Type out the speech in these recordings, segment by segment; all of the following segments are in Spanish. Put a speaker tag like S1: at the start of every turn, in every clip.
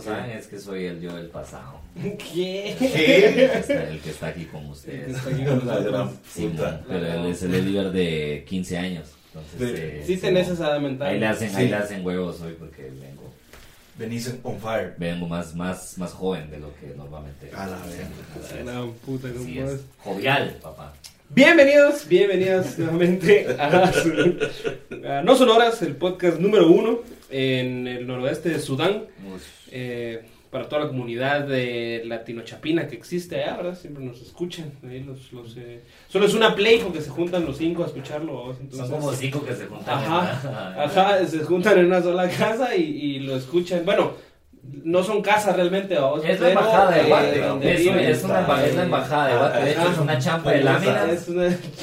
S1: saben es que soy el yo del pasado.
S2: ¿Qué?
S1: El que
S3: ¿Qué?
S1: está- El que está aquí con ustedes.
S3: La gran
S1: Simón,
S3: puta.
S1: pero él es el líder de 15 años. Entonces,
S3: Sí.
S1: eh,
S2: Sí tenés esa edad mental.
S1: Ahí le hacen, ahí
S3: Sí.
S1: le hacen huevos hoy porque vengo,
S3: Venís on fire.
S1: vengo más, más, más joven de lo que normalmente.
S3: A la verga.
S2: La puta, no pues-
S1: Así
S2: puedo.
S1: es. Jovial, papá.
S2: Bienvenidos, bienvenidas nuevamente a, su- a No Sonoras, el podcast número uno en el noroeste de Sudán. eh, para toda la comunidad de latinochapina que existe allá, ¿verdad? Siempre nos escuchan. ahí los, los, eh, Solo es una play porque se juntan los cinco a escucharlo. ¿vamos?
S1: Son
S2: Entonces,
S1: como cinco que se juntaron.
S2: Ajá, ajá, se juntan en una sola casa y, y lo escuchan. Bueno, no son casas realmente, vamos.
S1: Es la embajada de
S2: eh,
S1: Guate,
S2: donde
S1: es,
S2: viven.
S1: es una, emba- es la embajada de Guate. De hecho, es una champa de láminas.
S2: Pues, Es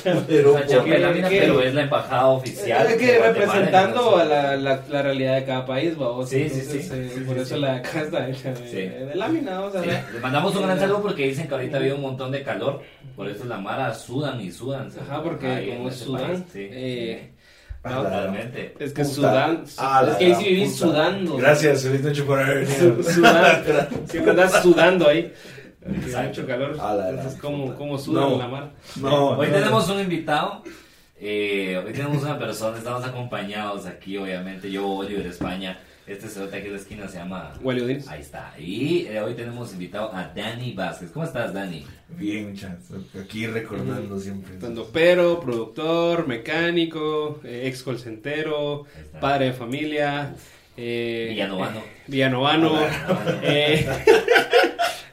S2: una
S3: Pero
S1: Una champa
S3: por-
S1: de láminas,
S2: ¿Qué?
S1: pero es la embajada oficial.
S2: Es
S1: de
S2: que
S1: Guatemala en
S2: representando
S1: Estados
S2: a la, la, la realidad de cada país, vamos.
S1: Sí, sí, sí.
S2: eh,
S1: Sí,
S2: por
S1: sí,
S2: eso
S1: sí.
S2: la casa está hecha de,
S1: Sí.
S2: de lámina, vamos a
S1: Sí,
S2: ver.
S1: Les mandamos un gran saludo porque dicen que ahorita había un montón de calor. Por eso la mara sudan y sudan. se-
S2: Ajá, porque
S1: ahí en
S2: como es
S1: ese
S2: Sudán,
S1: país, sí.
S2: eh,
S1: Ah,
S3: A
S2: no,
S3: la gran
S1: Totalmente.
S2: es que
S3: puta.
S2: Sudán,
S1: Ah,
S3: A la
S2: es que ahí
S3: gran
S2: sí vivís
S3: puta.
S2: sudando.
S3: Gracias, feliz noche por haber
S2: Su-
S3: venido.
S2: Sudán, siempre andas sudando ahí. Porque hay mucho calor.
S1: Ah,
S3: A la
S2: Entonces,
S3: gran
S2: como
S3: puta.
S2: como sudan
S3: No.
S2: en la mar?
S3: No,
S1: Hoy
S3: no.
S1: tenemos un invitado. eh, hoy tenemos una persona. Estamos acompañados aquí, obviamente. Yo, Oliver España. Este cerote aquí en la esquina se llama.
S2: Gualiodín.
S1: Ahí está. Y eh, hoy tenemos invitado a Dani Vázquez. ¿Cómo estás, Dani?
S3: Bien, chas. Aquí recordando siempre.
S2: Tandopero, productor, mecánico, eh, ex colcentero,
S1: Ahí está.
S2: padre de familia. Eh,
S1: Villanovano.
S2: Villanovano.
S1: Ah,
S2: eh,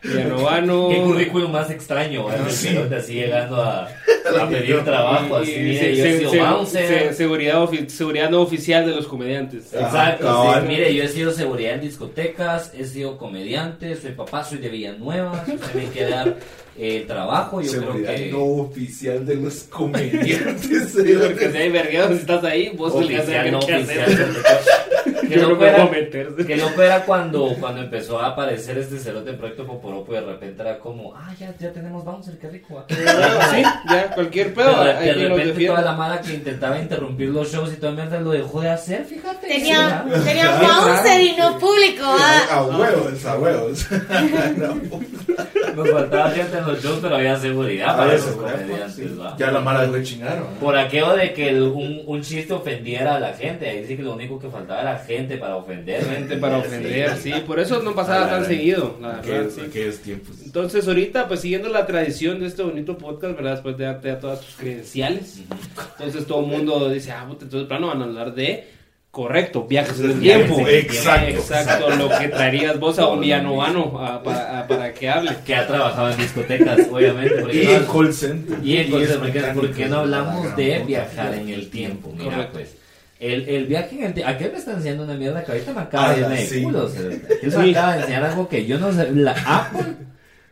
S2: Villanovano.
S1: Qué currículum más extraño, ¿verdad?
S3: Sí.
S1: El cerote así llegando a, a pedir trabajo. Así,
S2: Y- y
S1: mire,
S2: se-
S1: yo he
S2: se-
S1: sido
S2: se-
S1: bouncer.
S2: se- seguridad, ofi- seguridad no oficial de los comediantes.
S3: Ah,
S1: Exacto,
S3: cabal.
S1: sí. mire, yo he sido seguridad en discotecas, he sido comediante, soy papá, soy de Villanueva, si usted me quiere dar eh, trabajo, yo
S3: Seguridad
S1: creo que...
S3: no oficial de los comediantes.
S2: Sí, porque si hay vergueos, si estás ahí, vos tenés que
S1: Oficial,
S2: hacer
S1: no
S2: qué
S1: oficial.
S2: hacer.
S1: Que
S2: Yo no
S1: loco
S2: me
S1: era,
S2: voy a meter.
S1: que loco era cuando, cuando empezó a aparecer este cerote en Proyecto Poporopo y de repente era como, ah, ya, ya tenemos bouncer, qué rico. ah".
S2: Sí, ya, cualquier pedo.
S1: Pero de,
S2: hay
S1: de
S2: quien nos
S1: repente toda
S2: defienda.
S1: la mala que intentaba interrumpir los shows y toda mierda lo dejó de hacer, fíjate.
S4: Tenía,
S1: Sí, ¿verdad?
S4: tenía
S3: Claro.
S4: bouncer y no público.
S3: A
S4: ah.
S3: huevos, a huevos.
S1: Nos faltaba gente en los shows, pero había seguridad
S3: Ah,
S1: para esos comediantes, ¿va?
S3: pues, Ya la mala dejó de chingar, ¿o no?
S1: Por aquello de que el- un, un chiste ofendiera a la gente. Ahí sí que lo único que faltaba era gente para Ah, ofender.
S2: Gente para ofender, sí. Por eso no pasaba
S3: A la
S2: tan
S3: verga.
S2: seguido, la verdad.
S3: Aquellos,
S2: sí.
S3: aquellos tiempos.
S2: Entonces, ahorita, pues siguiendo la tradición de este bonito podcast, ¿verdad? Después de darte a todas tus credenciales. Entonces, todo el mundo dice, ah, puta, entonces, plano, van a hablar de. Correcto, viajes en el
S1: Viajes
S2: tiempo.
S1: en el
S3: Exacto.
S1: tiempo.
S2: Exacto, lo que traerías vos a
S1: Todo lo
S2: un villanovano a- para, a- para que hable.
S1: Que ha trabajado en discotecas, obviamente. Porque
S3: Y
S1: no-
S3: en call center.
S1: y en cosas,
S3: es
S1: porque,
S3: mecánico.
S1: porque no hablamos
S3: La
S1: de
S3: gran
S1: viajar
S3: puta.
S1: en el tiempo. Mira,
S2: Correcto.
S1: pues. El, el viaje en el tiempo. ¿A qué me están enseñando una mierda que ahorita me acaba de
S3: Ah,
S1: irme de
S3: sí.
S1: culo? O sea, ¿qué me
S2: Sí.
S1: acaba de enseñar algo que yo no sé. La Apple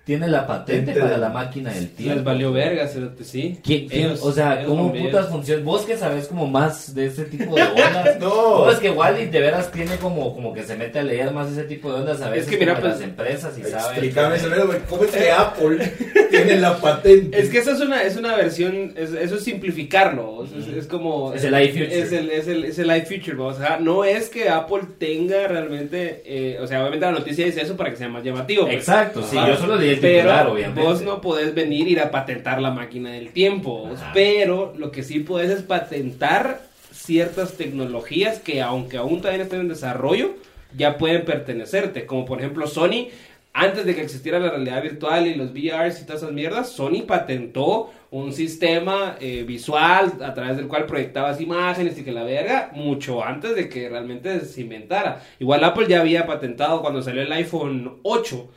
S1: tiene la patente
S3: Gente
S1: para
S3: de-
S1: la máquina del tiempo.
S2: Les valió verga, cerote, sí.
S1: ¿Quién- quién-
S2: Ellos-
S1: o sea,
S2: ellos
S1: ¿cómo
S2: son bien.
S1: putas funciona? Vos que sabes como más de este tipo de ondas.
S3: No.
S1: Vos es que Wally de veras tiene como, como que se mete a leer más ese tipo de ondas a veces
S2: que mira,
S1: como
S2: pues,
S1: las empresas y sabe.
S3: Explícame ese pedo, güey. ¿Cómo es que Apple tiene la patente?
S2: Eh. Es que esa es una, es una versión, es- eso es simplificarlo, o sea, es, es como...
S1: Es el iFuture.
S2: Es el, es el, es el iFuture, vamos, ajá. no es que Apple tenga realmente, eh, o sea, obviamente la noticia dice eso para que sea más llamativo. pues.
S1: Exacto, sí,
S2: Ajá.
S1: yo solo leí el
S2: Pero
S1: titular, obviamente.
S2: vos no podés venir y ir a patentar la máquina del tiempo, vos,
S1: Ajá.
S2: pero lo que sí podés es patentar ciertas tecnologías que aunque aún todavía no estén en desarrollo, ya pueden pertenecerte, como por ejemplo Sony, antes de que existiera la realidad virtual y los VRs y todas esas mierdas, Sony patentó un sistema eh, visual a través del cual proyectabas imágenes y que la verga, mucho antes de que realmente se inventara. Igual Apple ya había patentado cuando salió el iPhone 8,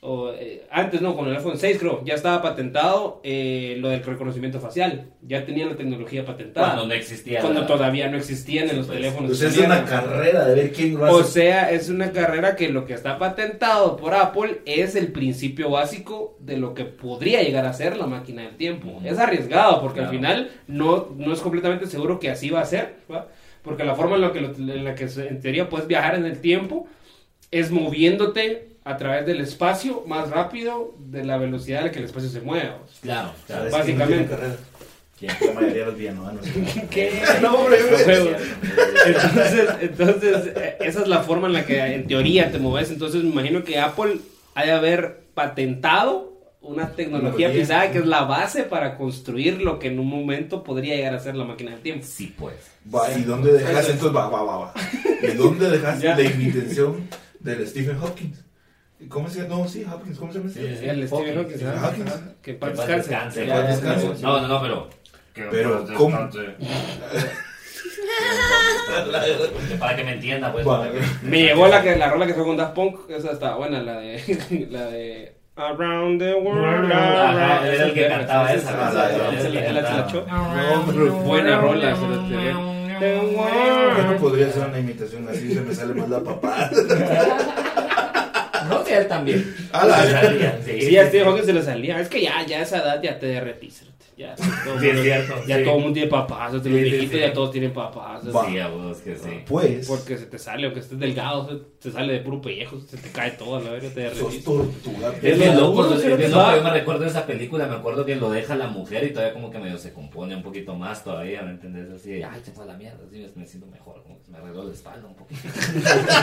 S2: o, eh, antes no, con el iPhone 6 creo, ya estaba patentado eh, lo del reconocimiento facial, ya tenían la tecnología patentada.
S1: Cuando no existía.
S2: Cuando
S1: la-
S2: todavía no existían en los
S1: Pues,
S2: teléfonos.
S3: Pues es una
S2: mierda.
S3: carrera de ver quién lo hace.
S2: O sea, es una carrera que lo que está patentado por Apple es el principio básico de lo que podría llegar a ser la máquina del tiempo.
S1: Ujú.
S2: Es arriesgado porque al
S1: Claro.
S2: final no, no es completamente seguro que así va a ser, ¿va? porque la forma en la que, lo- en la que se- en teoría puedes viajar en el tiempo es moviéndote a través del espacio más rápido de la velocidad a la que el espacio se mueve. ¿va?
S1: Claro, claro.
S3: O sea, es que no
S2: básicamente.
S3: tiene carrera.
S4: que la mayoría de los villanoanos.
S2: ¿Qué?
S3: No, hombre,
S2: Los
S3: güey.
S2: huevos. Entonces, entonces, eh, esa es la forma en la que en teoría te mueves. Entonces, me imagino que Apple ha de haber patentado una tecnología
S3: Tecnología.
S2: pisada que es la base para construir lo que en un momento podría llegar a ser la máquina del tiempo.
S1: Sí, pues.
S3: Va, ¿y dónde dejas entonces? Va, va, va, va. ¿Y dónde dejas
S2: Ya.
S3: la intención del Stephen Hopkins? ¿Cómo se llama? No, sí, Hopkins, ¿cómo se llama?
S1: Sí, sí.
S2: El Stephen
S1: Hawking.
S2: Hawking, ¿sabes?
S3: Hawking.
S2: Ajá. Que
S1: Que
S2: para
S1: paz
S2: descanse.
S1: descanse.
S2: Ya,
S3: paz
S2: ya,
S3: descanse.
S2: ya.
S1: No, no, no, pero. que
S3: Pero,
S1: paz
S3: ¿cómo?
S1: descanse. Para que me entienda, pues.
S3: Va.
S2: Me llegó la, que, la rola que fue con Daft Punk. Esa está buena, la de. La de Around the World.
S1: Ajá,
S2: around-
S1: era el que
S2: esa,
S1: cantaba
S2: Ah, esa,
S1: esa,
S2: esa,
S3: ¿verdad?
S2: esa,
S1: Era el que
S2: esa, esa,
S1: cantaba.
S2: esa, esa,
S3: Ah, No, pero
S2: Buena rola.
S3: Yo
S2: espérate.
S3: no podría hacer una imitación así, se me sale más la papá.
S1: No, que él también.
S3: A la-
S1: Se salía, sí.
S2: Y ya te dijo que se le salía. Es que ya, ya a esa edad ya te derretís. cerote. Ya, todo
S1: Sí, es
S2: mundo-
S1: cierto.
S2: ya
S1: sí.
S2: todo el mundo tiene papás. Los
S1: Sí, sí,
S2: viejitos
S1: sí.
S2: ya todos tienen papás.
S3: Va.
S1: Sí, a vos que sí.
S3: Pues,
S2: Porque se te sale, aunque estés delgado, se te sale de puro pellejo, se te cae todo, a la verga te
S3: sos
S2: derretís.
S3: tortuga.
S1: Es bien loco, es bien loco.
S2: ¿verdad?
S1: Yo me recuerdo de esa película, me acuerdo que lo deja la mujer y todavía como que medio se compone un poquito más todavía, ¿me entendés? Así de, ay, se fue a la mierda, así me- me siento mejor, como que me arregló la espalda un poquito.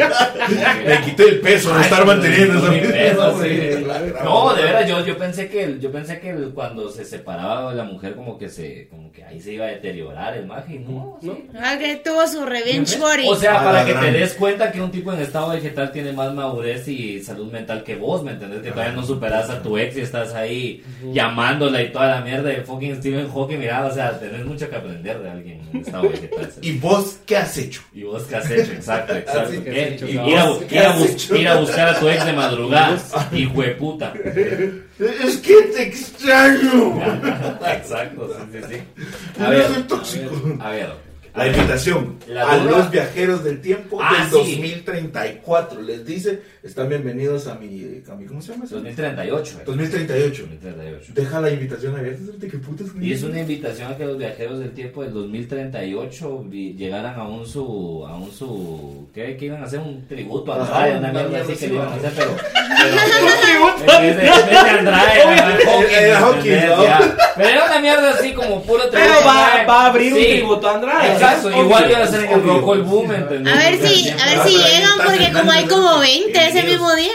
S3: Le quité el peso de estar manteniendo esa
S1: Mi peso, sí.
S3: La gran-
S1: No, de veras, yo, yo pensé que el- yo pensé que el- cuando se separaba la mujer como que se, como que ahí se iba a deteriorar el maje, y no, sí.
S2: No.
S5: Ah, que tuvo su revenge body.
S1: O sea,
S3: A
S1: para
S3: la
S1: que
S3: gran.
S1: te des cuenta que un tipo en estado vegetal tiene más madurez y salud mental que vos, ¿me entendés? Que todavía no superas a tu ex y estás ahí llamándola y toda la mierda de fucking Stephen Hawking. Mira, o sea, tenés mucho que aprender de alguien en estado vegetal.
S3: ¿Y vos qué has hecho?
S1: Y vos qué has hecho, exacto, exacto.
S3: Así
S2: que
S1: ¿Qué?
S2: has hecho,
S1: Y
S2: cabrón.
S1: ir, a, bu-
S3: ¿Qué
S1: ir a
S3: has
S1: bus-
S3: hecho?
S1: ir a buscar a tu ex de madrugada, hijo de puta.
S3: Es que te extraño.
S1: Exacto, sí, sí, sí. A
S3: Yo
S1: ver,
S3: soy tóxico.
S1: a ver.
S3: La invitación
S1: La
S3: a
S1: duda-
S3: los viajeros del tiempo
S1: Ah,
S3: del
S1: sí.
S3: 2034. Les dice, están bienvenidos a mi, a mi ¿cómo se llama? eso?
S1: 2038. eh.
S3: 2038.
S1: 2038.
S3: Deja la invitación abierta, ¿sabes qué putas?
S1: Y es una invitación a que los viajeros del tiempo del 2038 vi- llegaran a un su. a un su. ¿Qué? Que iban a hacer un tributo a
S3: Ajá,
S1: Andrade, una
S3: una
S1: mierda así que
S3: mierda
S1: le iban a
S3: así,
S1: hacer, pero. pero- en vez de- en vez de Andrade,
S3: Era
S1: era
S3: Hawking,
S1: Hawking, ¿me
S3: ¿no?
S1: entendés? Ya. Pero era una mierda así como puro tributo.
S2: Pero va,
S1: Andrade.
S2: va a abrir
S1: Sí.
S2: un tributo a Andrade.
S1: Exacto,
S2: Obvio.
S1: igual iba a ser en el
S3: Obvio.
S1: Rock All Boom, ¿me entendés?
S5: A ver si,
S1: Siempre
S5: a ver
S1: va
S5: si
S1: estar ahí.
S5: llegan, porque como hay como 20 ese mismo día.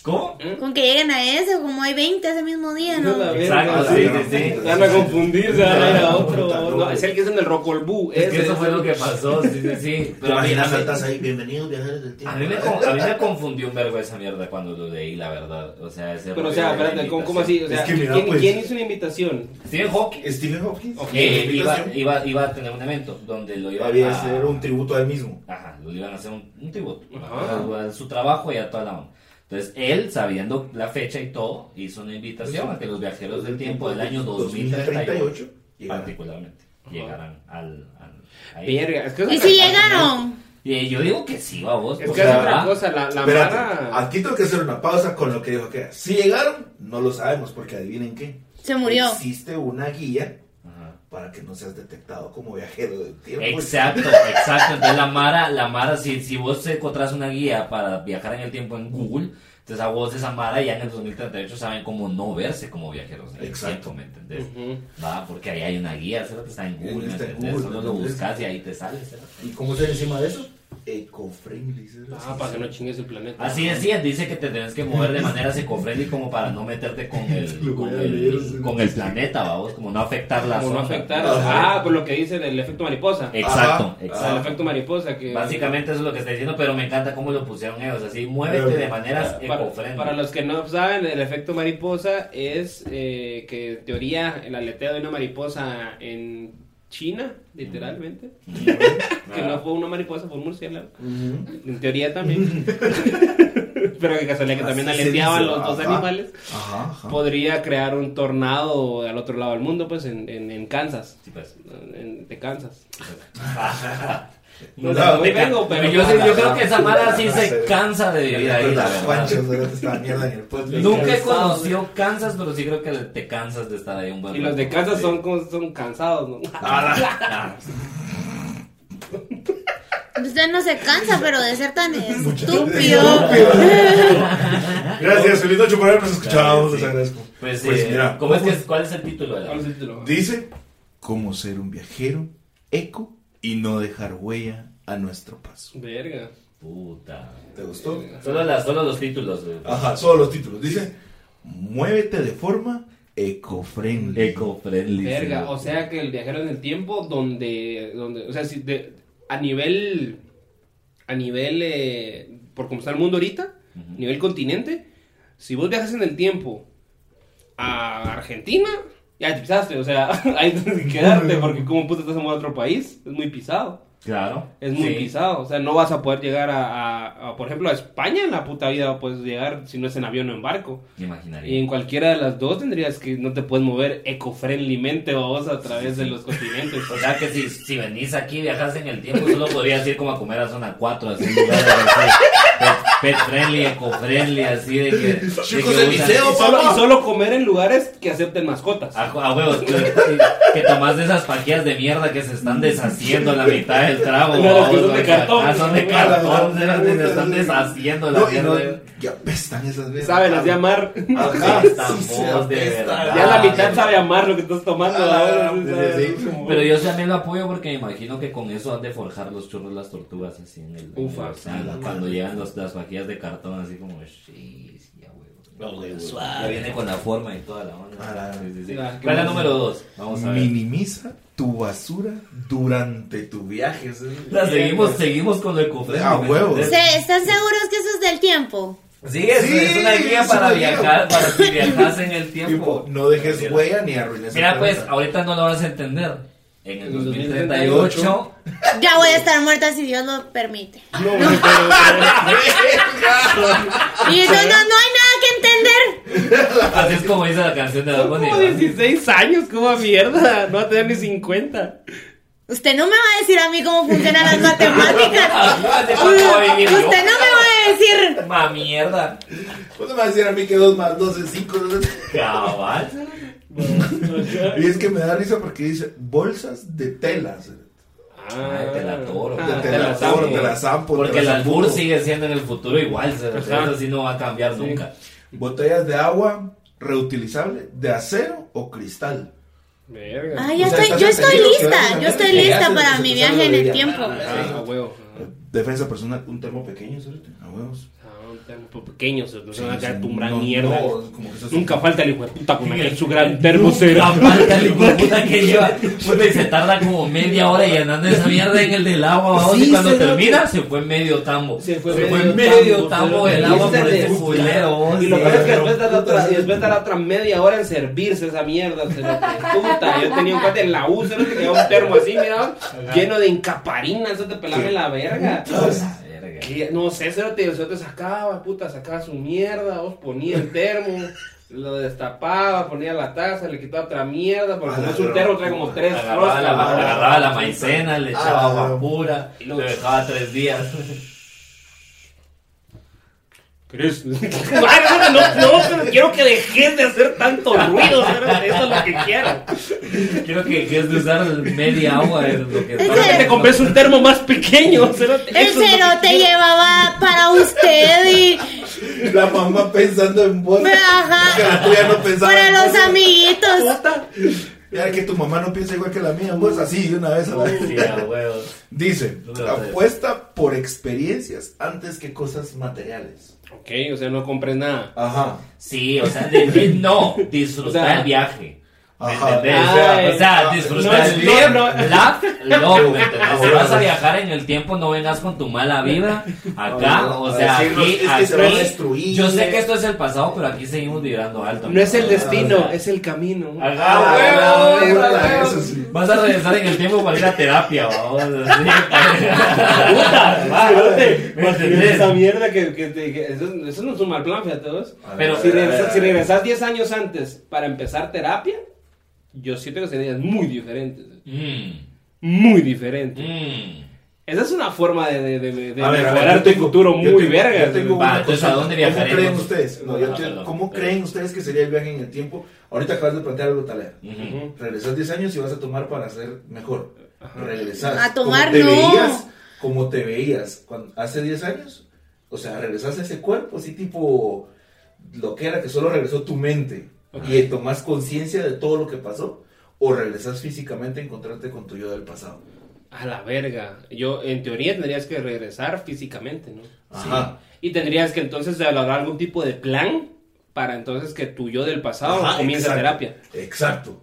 S1: ¿Cómo?
S5: Con que lleguen a eso, como hay 20 ese mismo día,
S2: No, la
S5: ¿no?
S1: Exacto,
S2: verga,
S1: sí,
S2: la
S1: sí, sí.
S2: Se van a confundir, se van a ir a otro.
S3: Puta,
S2: No, es el que es en el Rock All Boo.
S1: Es que
S2: ese,
S1: eso fue
S2: ese.
S1: lo que pasó, sí, sí, sí.
S3: Pero
S1: Pero a mí, a
S3: imaginas,
S1: mí-
S3: saltas ahí, bienvenidos viajeros del tiempo.
S1: A mí, me, con- a mí me confundió un vergo esa mierda cuando lo leí, la verdad. O sea, ese
S2: Pero, o
S1: rollo
S2: sea,
S1: de la
S2: espérate, ¿cómo, cómo así?
S1: invitación.
S2: O sea,
S3: Es que mira,
S2: ¿quién,
S3: pues.
S2: quién hizo una invitación?
S1: Stephen Hawking
S3: Stephen Hawking.
S2: Ok,
S1: eh,
S3: La
S1: iba,
S3: invitación
S1: iba, iba a tener un evento donde lo iban
S3: Había
S1: a
S3: que hacer un tributo a él mismo.
S1: Ajá, lo iban a hacer un, un tributo.
S2: Ajá.
S1: A- a su trabajo y a toda la onda. Entonces, él, sabiendo la fecha y todo, hizo una invitación a que los viajeros del tiempo del año 2038,
S3: 2038.
S1: particularmente, llegaran al. al- ahí.
S2: Verga, es que es
S5: ¿Y
S2: otra
S5: si
S2: cosa, ¿no?
S5: llegaron?
S1: Y yo digo que sí, vamos.
S2: Es
S1: o
S2: que es
S1: sea,
S2: otra
S1: va.
S2: cosa, la, la
S3: Espérate,
S2: mara-
S3: aquí tengo que hacer una pausa con lo que dijo que si llegaron, no lo sabemos porque adivinen qué.
S5: Se murió.
S3: Existe una guía
S1: Ajá.
S3: para que no seas detectado como viajero del tiempo.
S1: Exacto, exacto. Entonces la Mara, la Mara, si, si vos encontrás una guía para viajar en el tiempo en Google, entonces a vos esa Mara ya en el 2038 saben cómo no verse como viajeros. en el
S3: Exacto.
S1: tiempo, ¿me entendés?
S2: Ujú.
S1: Va, porque ahí hay una guía, ¿sabes? que está en Google, ¿me
S3: Está en
S1: entendés?
S3: Google,
S1: Solo lo
S3: ¿entendés?
S1: buscas y ahí te sale. ¿sabes?
S3: ¿Y cómo se encima de eso? Eco-friendly. ¿sabes?
S2: Ah, para que no chingues el planeta.
S1: Así decía, dice que te tenés que mover de manera psicofriendly como para no meterte con el,
S3: Lo voy
S1: con
S3: a
S1: el,
S3: leer,
S1: con el planeta, vamos, como no afectar la
S2: Como no
S1: zona.
S2: afectar.
S3: Ajá.
S2: Ah, por lo que dicen el efecto mariposa.
S1: Exacto,
S3: Ajá.
S2: O sea, el
S1: exacto.
S2: efecto mariposa que...
S1: Básicamente eso es lo que está diciendo, pero me encanta cómo lo pusieron ellos, así, muévete de maneras
S2: Para,
S1: ecofriendly.
S2: para los que no saben, el efecto mariposa es eh, que en teoría el aleteo de una mariposa en China, literalmente, que
S1: Ah.
S2: no fue una mariposa, fue un murciélago.
S3: Ujú.
S2: En teoría también. Pero que casualidad que también
S3: Así se
S2: aleteaban
S3: dice,
S2: los dos
S3: ajá.
S2: animales.
S3: Ajá, ajá.
S2: Podría crear un tornado al otro lado del mundo, pues en, en, en Kansas.
S1: Sí, pues.
S2: En- de Kansas.
S1: No,
S2: No, no,
S1: me ca-
S2: vengo, pero-
S1: yo, sé- yo creo que esa mala sí
S3: No
S1: se
S3: sé.
S1: cansa de vivir ahí. la
S3: Las
S1: verdad.
S3: guanchas, ¿verdad? Esta mierda en el podcast.
S1: Nunca he conocido Kansas, pero sí creo que te cansas de estar ahí un buen
S2: Y los de
S1: rato.
S2: Kansas
S1: Sí.
S2: son, como- son cansados, ¿no?
S1: Ah,
S5: Usted no se cansa, pero de ser tan estúpido.
S3: Estúpido. Gracias, feliz noche por habernos escuchado. Les agradezco.
S1: Pues,
S3: Pues
S1: eh,
S3: mira,
S1: ¿cómo es que es- ¿cuál es el título de la
S2: ¿Cuál es el título?
S3: Dice cómo ser un viajero eco y no dejar huella a nuestro paso.
S2: Verga.
S1: Puta.
S3: ¿Te gustó?
S1: Solo, las, solo los títulos, güey.
S2: Ah.
S3: Ajá, solo los títulos. Dice, muévete de forma eco-friendly.
S1: Eco-friendly. sí,
S2: Verga.
S1: güey.
S2: O sea que el viajero en el tiempo, donde. donde o sea, si de- a nivel. A nivel. eh, por cómo está el mundo ahorita,
S1: Ujú.
S2: nivel continente, si vos viajas en el tiempo a Argentina, ya te pisaste. O sea, ahí tienes que quedarte, porque como puta estás en otro país, es muy pisado.
S1: Claro.
S2: Es muy
S1: Sí.
S2: pisado, o sea, no vas a poder llegar a, a- a, por ejemplo, a España en la puta vida puedes llegar si no es en avión o en barco.
S1: Me imaginaría.
S2: Y en cualquiera de las dos tendrías que no te puedes mover eco-friendlymente vos a través de los continentes.
S1: O sea que si, si venís aquí y viajás en el tiempo, solo podrías ir como a comer a zona 4, así, lugares así, pet, pet friendly, eco friendly, así de que. de
S3: Chicos
S1: que
S3: del
S1: usan-
S3: liceo.
S2: Y solo, y solo comer en lugares que acepten mascotas.
S3: Ah,
S1: A, a huevos, que, que- que tomás de esas pajillas de mierda que se están deshaciendo a la mitad del trago.
S2: No, las que
S1: babos,
S2: son de
S1: o sea,
S2: cartón.
S1: ah, son de
S2: Mierda,
S1: cartón, se las- se están deshaciendo la
S3: No, y
S1: mierda.
S3: no, ya apestan esas veces.
S2: Saben, las llamar.
S3: Ajá,
S1: Apestan
S3: sí, se
S1: vos, de
S3: apestan.
S1: verdad.
S2: Ya la
S1: Ah,
S2: mitad
S1: sí.
S2: sabe amar lo que estás tomando.
S3: Ah,
S2: ¿verdad?
S3: sí, sí,
S2: Es como-
S1: Pero yo también lo apoyo porque me imagino que con eso han de forjar los churros las tortugas así en el.
S2: Ufa.
S1: o sea, cuando llegan los- las vajillas de cartón así como, sí, sí, a huevo. Ya viene con la forma y toda la onda.
S3: Ah,
S1: Sí, sí, sí.
S2: ah, qué
S1: ¿Cuál es la
S2: bueno.
S1: número dos? Vamos a ver.
S3: Minimiza tu basura durante tu viaje. ¿sí?
S1: La seguimos, seguimos con lo ecofriendly.
S3: Ah, huevo.
S1: ¿me entendés?
S5: Se- ¿Están seguros que eso es del tiempo?
S1: Sí, es,
S3: Sí,
S1: es una guía
S3: es
S1: para
S3: una guía.
S1: viajar, para que viajas en el
S3: Tipo,
S1: tiempo.
S3: no dejes huella ni arruines. el
S1: Mira, pues,
S3: planeta.
S1: ahorita no lo vas a entender. En el
S2: En el
S1: 2038
S5: Ya voy a estar muerta si Dios lo permite.
S2: No, güey, pero-
S5: Y no, no, no hay nada que entender.
S1: Así es como dice la canción de Bad
S2: Son
S1: Bunny.
S2: como
S1: ¿verdad?
S2: 16 años, como mierda. No va a tener ni 50.
S5: Usted no me va a decir a mí cómo funcionan las matemáticas.
S1: Ah, te
S5: U-
S1: tocó vivir, ¿no?
S5: Usted no me va a decir.
S1: Ma mierda.
S3: ¿Vos Pues no me vas a decir a mí que 2 más 2 es 5?
S1: Cabal.
S3: Y es que me da risa porque dice bolsas de telas.
S1: Ay, te la toro.
S2: Ah,
S3: te la
S1: zampo.
S3: toro, te la zampo, te
S1: Porque el
S3: la zampuco.
S1: albur sigue siendo en el futuro igual. o sea,
S2: Ajá.
S1: Eso sí no va a cambiar
S2: Sí.
S1: nunca.
S3: Botellas de agua reutilizable de acero o cristal.
S2: Verga.
S5: Ah, ya
S3: O sea,
S5: estoy, yo
S3: estás
S5: estoy
S3: entendiendo que
S5: lista.
S3: vas a
S5: Yo estoy
S3: tener que
S5: lista
S3: hacer
S5: para
S3: eso,
S5: mi
S3: tú
S5: viaje
S3: solo
S5: en el
S3: dirías,
S5: tiempo.
S2: Ah, a huevo.
S3: Defensa personal, un termo pequeño, cerote, a huevos.
S2: Ah, un termo por pequeños, no se van a
S3: Sí,
S2: quedar
S3: sí,
S2: tumbran
S3: no,
S2: mierda.
S3: no, como que sos-
S2: Nunca falta el hijo de puta con aquel su gran termo cero.
S1: La marca de puta que lleva. Puta, y se tarda como media hora llenando esa mierda en el del agua. vamos,
S2: Sí,
S1: y cuando
S2: cerote.
S1: termina, se fue medio tambo.
S2: Se fue medio
S1: medio,
S2: tambo,
S1: tambo
S2: cerote.
S1: el agua por
S2: Este
S1: este
S2: es-
S1: culero. vos,
S2: Y lo
S1: sí.
S2: peor es que después da la otra, y después da la otra media hora en servirse esa mierda. se lo que- puta, yo tenía un cuate en la U, se lo que llevaba un termo así, mira, lleno de incaparinas, eso te pelame la verga.
S1: La verga.
S2: Que- No sé, se lo te, se lo te sacaba, puta, sacaba su mierda, vos ponía el termo. Lo destapaba, ponía la taza, le quitaba otra mierda, porque como es un termo trae como tres
S1: Agarraba la,
S2: roscas, ¿verdad?
S1: agarraba la maicena, le echaba
S3: Ah,
S1: agua
S3: no.
S1: pura,
S2: Y
S1: lo
S2: luego-
S1: dejaba tres días.
S2: ¿Crees? no, no, pero quiero que dejes de hacer tanto ruido. pero Eso es lo que quiero.
S1: Quiero que dejes de usar media agua. Es lo que
S5: Ese-
S2: Ahora que te compres un termo más pequeño. cerote.
S5: El
S2: Eso es lo que
S5: cero te
S2: quiero.
S5: llevaba para usted y.
S3: La mamá pensando en vos.
S5: Ajá.
S3: Que la tuya no pensaba
S5: Para
S3: en
S5: los
S3: vos.
S5: amiguitos.
S2: Puta.
S3: Mira que tu mamá no piensa igual que la mía, vos así de una vez a la vez.
S1: Sí, a huevos.
S3: Dice,
S1: Número tres.
S3: apuesta por experiencias antes que cosas materiales.
S2: Ok, o sea, no compres nada.
S3: Ajá.
S1: Sí, o sea, de- de- no, disfrutar
S2: O sea,
S1: el viaje. ¿Me
S3: ajá.
S1: entendés?
S2: Ay,
S1: o sea,
S3: no,
S1: disfrutar
S3: no, Ah,
S1: el
S3: no,
S1: tiempo.
S2: no.
S1: La, no, ¿me entendés? Si
S3: Ahora,
S1: vas a
S3: ahora.
S1: viajar en el tiempo, no vengas con tu mala vibra acá.
S3: Ahora,
S1: O sea,
S3: a decirnos,
S1: aquí,
S3: es que se va a
S1: aquí.
S3: destruir.
S1: Yo sé que esto es el pasado, pero aquí seguimos vibrando alto.
S2: No es el
S1: O
S2: destino,
S1: sea,
S2: es el camino.
S1: Ajá,
S3: Ah,
S1: huevos,
S3: huevos,
S1: huevos.
S3: eso sí.
S1: Vas a regresar en el tiempo para ir a terapia, vamos.
S2: Puta, cerote.
S1: ¿me entendés?
S2: Esa mierda que, que te- que- eso, eso no es un mal plan, fíjate vos.
S3: A ver,
S1: Pero-
S3: a
S2: Si,
S3: ver, a ver, a
S2: regresa-
S3: ver.
S2: si regresas 10 años antes para empezar terapia, yo siento que serías muy diferente.
S1: Mm,
S2: Muy diferente.
S1: mm.
S2: Esa es una forma de, de, de- de
S3: A ver, a ver,
S2: mejorar
S3: yo
S2: tu
S3: tengo-
S2: futuro
S3: yo
S2: muy
S3: tengo-
S2: verga.
S3: yo
S1: Va,
S3: tengo una
S1: entonces,
S3: consulta.
S1: ¿a dónde viajaremos?
S3: ¿Cómo creen ustedes? No, yo
S1: Ah,
S3: te-
S1: perdón.
S3: ¿Cómo creen ustedes que sería el viaje en el tiempo? Ahorita acabas de plantear algo tal
S1: Ujú.
S3: Regresas 10 años y vas a tomar para ser mejor. Regresas.
S5: A tomar,
S3: como
S5: no.
S3: te Veías, como te veías cuando- hace 10 años. O sea, regresas a ese cuerpo así tipo lo que era que solo regresó tu mente. Y tomas conciencia de todo lo que pasó. o regresas físicamente a encontrarte con tu yo del pasado.
S2: A la verga. Yo, en teoría, tendrías que regresar físicamente, ¿no?
S3: Ajá.
S2: Y tendrías que entonces elaborar algún tipo de plan para entonces que tu yo del pasado
S3: Ajá,
S2: comience
S3: exacto,
S2: Ah, terapia.
S3: Exacto.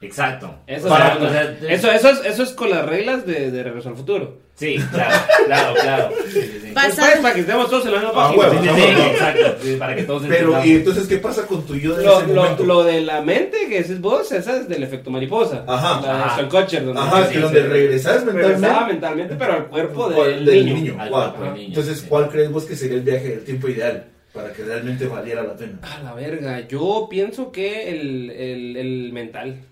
S1: Exacto.
S2: Eso,
S1: Para-
S2: es, algo-
S1: o sea,
S2: eso, eso es, eso es con las reglas de, de Regreso al Futuro.
S1: Sí, claro, claro, claro. Sí, sí, sí.
S5: Vas-
S2: Pues, pues, para que estemos todos en la misma
S3: Ah,
S2: página.
S3: huevo.
S1: Sí, sí, sí, exacto, sí, para que todos
S3: Pero,
S1: entendamos.
S3: ¿y entonces qué pasa con tu yo de
S2: Lo,
S3: ese
S2: lo,
S3: momento?
S2: lo de la mente que decís vos, esa es del efecto mariposa.
S3: Ajá.
S2: La de
S1: Ajá.
S2: Stolkocher, donde
S3: Ajá,
S2: sí,
S3: que
S2: sí,
S3: donde
S2: sí.
S3: regresas mentalmente.
S2: Regresaba mentalmente, pero al cuerpo del,
S3: ¿Cuál- del
S2: niño.
S3: niño,
S1: Al
S3: ¿cuál?
S1: cuerpo del niño,
S3: Entonces,
S1: sí.
S3: ¿cuál crees vos que sería el viaje del tiempo ideal para que realmente valiera la pena?
S2: A la verga, yo pienso que el, el, el mental.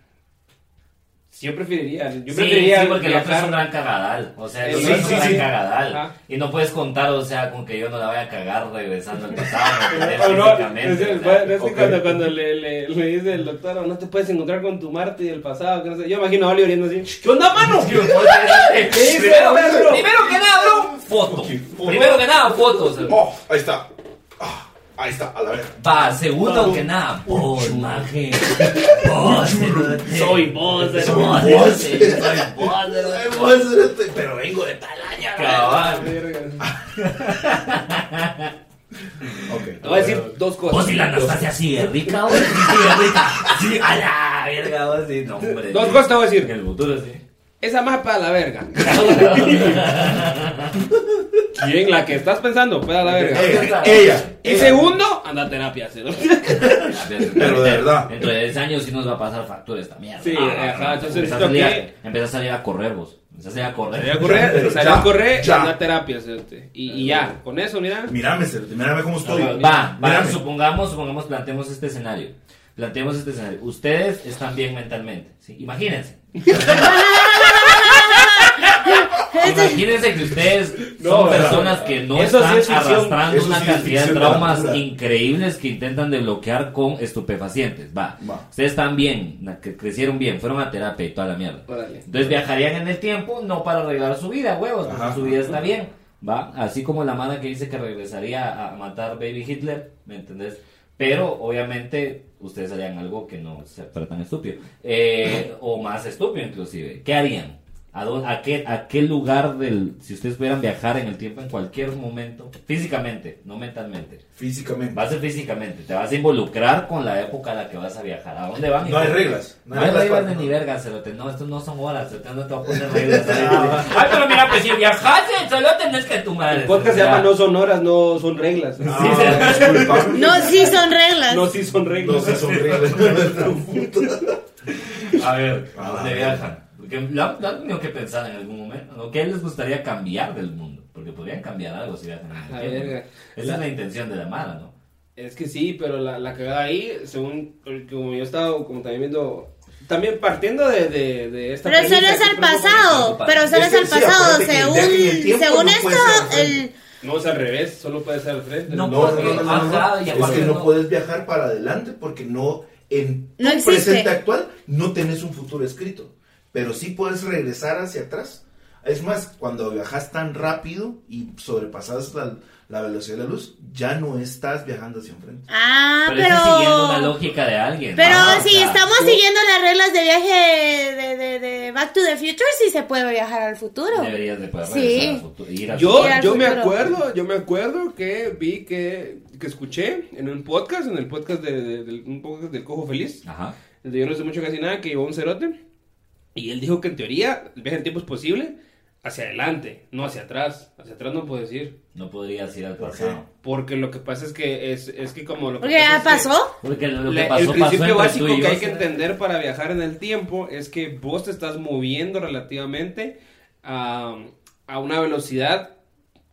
S2: Si Yo preferiría. Yo
S1: Sí,
S2: preferiría
S1: sí, porque el otro es
S2: viajar-
S1: un gran cagadal. O sea, el
S2: Sí,
S1: otro es
S3: sí,
S1: un gran
S3: sí.
S1: cagadal.
S2: Ajá.
S1: Y no puedes contar, o sea, con que yo no la vaya a cagar regresando al pasado.
S2: Ah,
S1: ¿entendés?
S2: no,
S1: Físicamente,
S2: es el-
S1: o sea.
S2: es que
S3: ok.
S2: cuando, cuando le, le, le dice el doctor, "Oh, no te puedes encontrar con tu Marte del pasado, que no sé. Yo imagino a Oli oliendo así, ¿qué onda, mano?
S1: Sí, o sea, este,
S2: Primero,
S1: Primero
S2: perro.
S1: primero que nada, bro, foto.
S3: Ok, foto.
S1: Primero que nada, fotos.
S3: ¡Oh! Ahí está. Ah, ahí está, a la vez.
S1: Va, segundo que
S2: Oh,
S1: nada, por imagen. Vos, cerote.
S2: Soy vos,
S1: Soy
S2: cerote.
S1: vos, cerote. Soy vos, cerote.
S3: Pero vengo de tal año.
S1: Cabal.
S2: Verga. Te
S3: Ok.
S2: voy a decir dos
S1: Pues, Vos
S2: cosas.
S1: y la Anastasia sí es rica, vos. Sí, es rica. Sí, a la verga, vos. Sí, no, hombre.
S2: Dos cosas te voy a
S1: En
S2: decir.
S1: el futuro, sí.
S2: Esa más para la verga. Y en la que estás pensando, para la verga.
S1: Eh,
S3: Ella, Eh, ella.
S2: Y segundo, anda a terapia, cerote.
S3: Pero de verdad.
S1: Dentro de 10 años sí nos va a pasar factura esta mierda. Ah,
S2: Sí, ajá, entonces
S1: empezás a,
S2: necesito
S1: salir a-
S2: que-
S1: empezás a salir a correr vos. Empezás a salir a correr.
S2: Salí a correr,
S3: Ya,
S2: salí a
S3: ya,
S2: correr,
S3: ya.
S2: anda a terapia, cerote. Y, y ya, con eso, mira.
S3: Mírame, Cerote, mírame cómo estoy.
S1: Va, va,
S3: Mírame.
S1: supongamos, supongamos, planteemos este escenario. Planteemos este escenario. Ustedes están bien mentalmente. ¿sí? Imagínense. Imagínense que ustedes
S2: No,
S1: son
S2: no,
S1: personas
S2: no.
S1: que no
S2: Eso
S1: están
S2: sí es ficción.
S1: arrastrando
S3: Eso
S1: una
S3: sí es
S1: cantidad de
S3: ficción de la
S1: traumas
S3: pura.
S1: increíbles que intentan desbloquear con estupefacientes. Va.
S3: Va.
S1: Ustedes están bien, na- que crecieron bien, fueron a terapia y toda la mierda.
S2: Órale.
S1: Entonces viajarían en el tiempo, no para arreglar su vida, huevos, porque
S3: Ajá.
S1: su vida está bien. Va, así como la mala que dice que regresaría a matar Baby Hitler, ¿me entendés? Pero obviamente ustedes harían algo que no se fuera tan estúpido. Eh, o más estúpido inclusive. ¿Qué harían? ¿A, dó- a, qué, ¿A qué lugar del... Si ustedes pudieran viajar en el tiempo en cualquier momento, físicamente, no mentalmente.
S3: Físicamente.
S1: Vas a ser físicamente, te vas a involucrar con la época a la que vas a viajar. ¿A dónde van?
S3: No hay
S1: hijo?
S3: reglas.
S1: No hay reglas de
S3: para-
S1: ni verga, cerote. No, estos no son horas, cerote. No te voy a poner reglas. Ay, pero mira, pues si viajaste, solo tenés que tu madre.
S2: El podcast se llama No son horas, no son reglas.
S3: Ah, disculpa.
S5: No, sí son reglas.
S2: No, sí son
S3: No
S2: reglas.
S3: se
S5: Pues
S3: sonríe.
S1: A ver, ¿a dónde
S3: Ah.
S1: viajan? Porque lo han, lo han tenido que pensar en algún momento. ¿no? ¿Qué les gustaría cambiar del mundo? Porque podrían cambiar algo si viajan. en el
S2: la
S1: tiempo, ¿no?
S2: verga.
S1: Esa es la intención de la mala, ¿no?
S2: Es que sí, pero la, la cagada ahí, según como yo estaba, como también viendo, también partiendo de, de, de esta...
S5: Pero solo
S2: premisa
S5: es
S2: que
S5: al
S2: propongo-
S5: pasado. Pero solo
S3: Es
S5: es
S3: que
S5: al
S3: sí,
S5: pasado.
S3: acuérdate que el
S5: Según,
S3: viaje en el tiempo
S5: según
S3: no
S5: esto,
S3: puede ser al
S5: el.
S3: frente.
S2: No, es al revés, solo puede ser al frente.
S1: No,
S3: No, no, no, no, no, no.
S1: Ajá, y
S3: Es
S1: aparte
S3: que no,
S1: no.
S3: puedes viajar para adelante porque no en tu
S5: No existe.
S3: presente actual no tenés un futuro escrito. Pero sí puedes regresar hacia atrás. Es más, cuando viajas tan rápido y sobrepasas la, la velocidad de la luz, ya no estás viajando hacia enfrente.
S5: Ah,
S1: pero, eso es siguiendo la
S5: pero.
S1: lógica Ah, de alguien.
S5: Pero
S1: ¿no? O
S5: si
S1: sea,
S5: estamos
S2: tú-
S5: siguiendo las reglas de viaje de, de, de Back to the Future, sí se puede viajar al futuro.
S1: Deberías de poder
S5: Sí.
S1: regresar al futuro, ir al
S2: Yo,
S1: futuro.
S5: al
S2: yo me
S5: futuro.
S2: acuerdo, yo me acuerdo que vi que, que escuché en un podcast, en el podcast, de, de- del- un podcast del Cojo Feliz,
S1: Ajá.
S2: el de Yo no sé mucho casi nada, que llevó un cerote, y él dijo que en teoría el viaje en tiempo es posible hacia adelante, no hacia atrás. Hacia atrás no puedes ir.
S1: No podrías ir al
S3: ¿Por
S1: pasado.
S2: Porque lo que pasa es que es, es que como lo que
S5: Porque
S2: pasa
S5: ya
S2: es que
S5: pasó.
S1: Porque lo que
S2: la-
S1: pasó,
S2: el
S1: pasó entre
S2: principio
S1: tú
S2: básico
S1: y
S2: que
S1: yo,
S2: hay que
S1: ¿sabes?
S2: entender para viajar en el tiempo es que vos te estás moviendo relativamente a, a una velocidad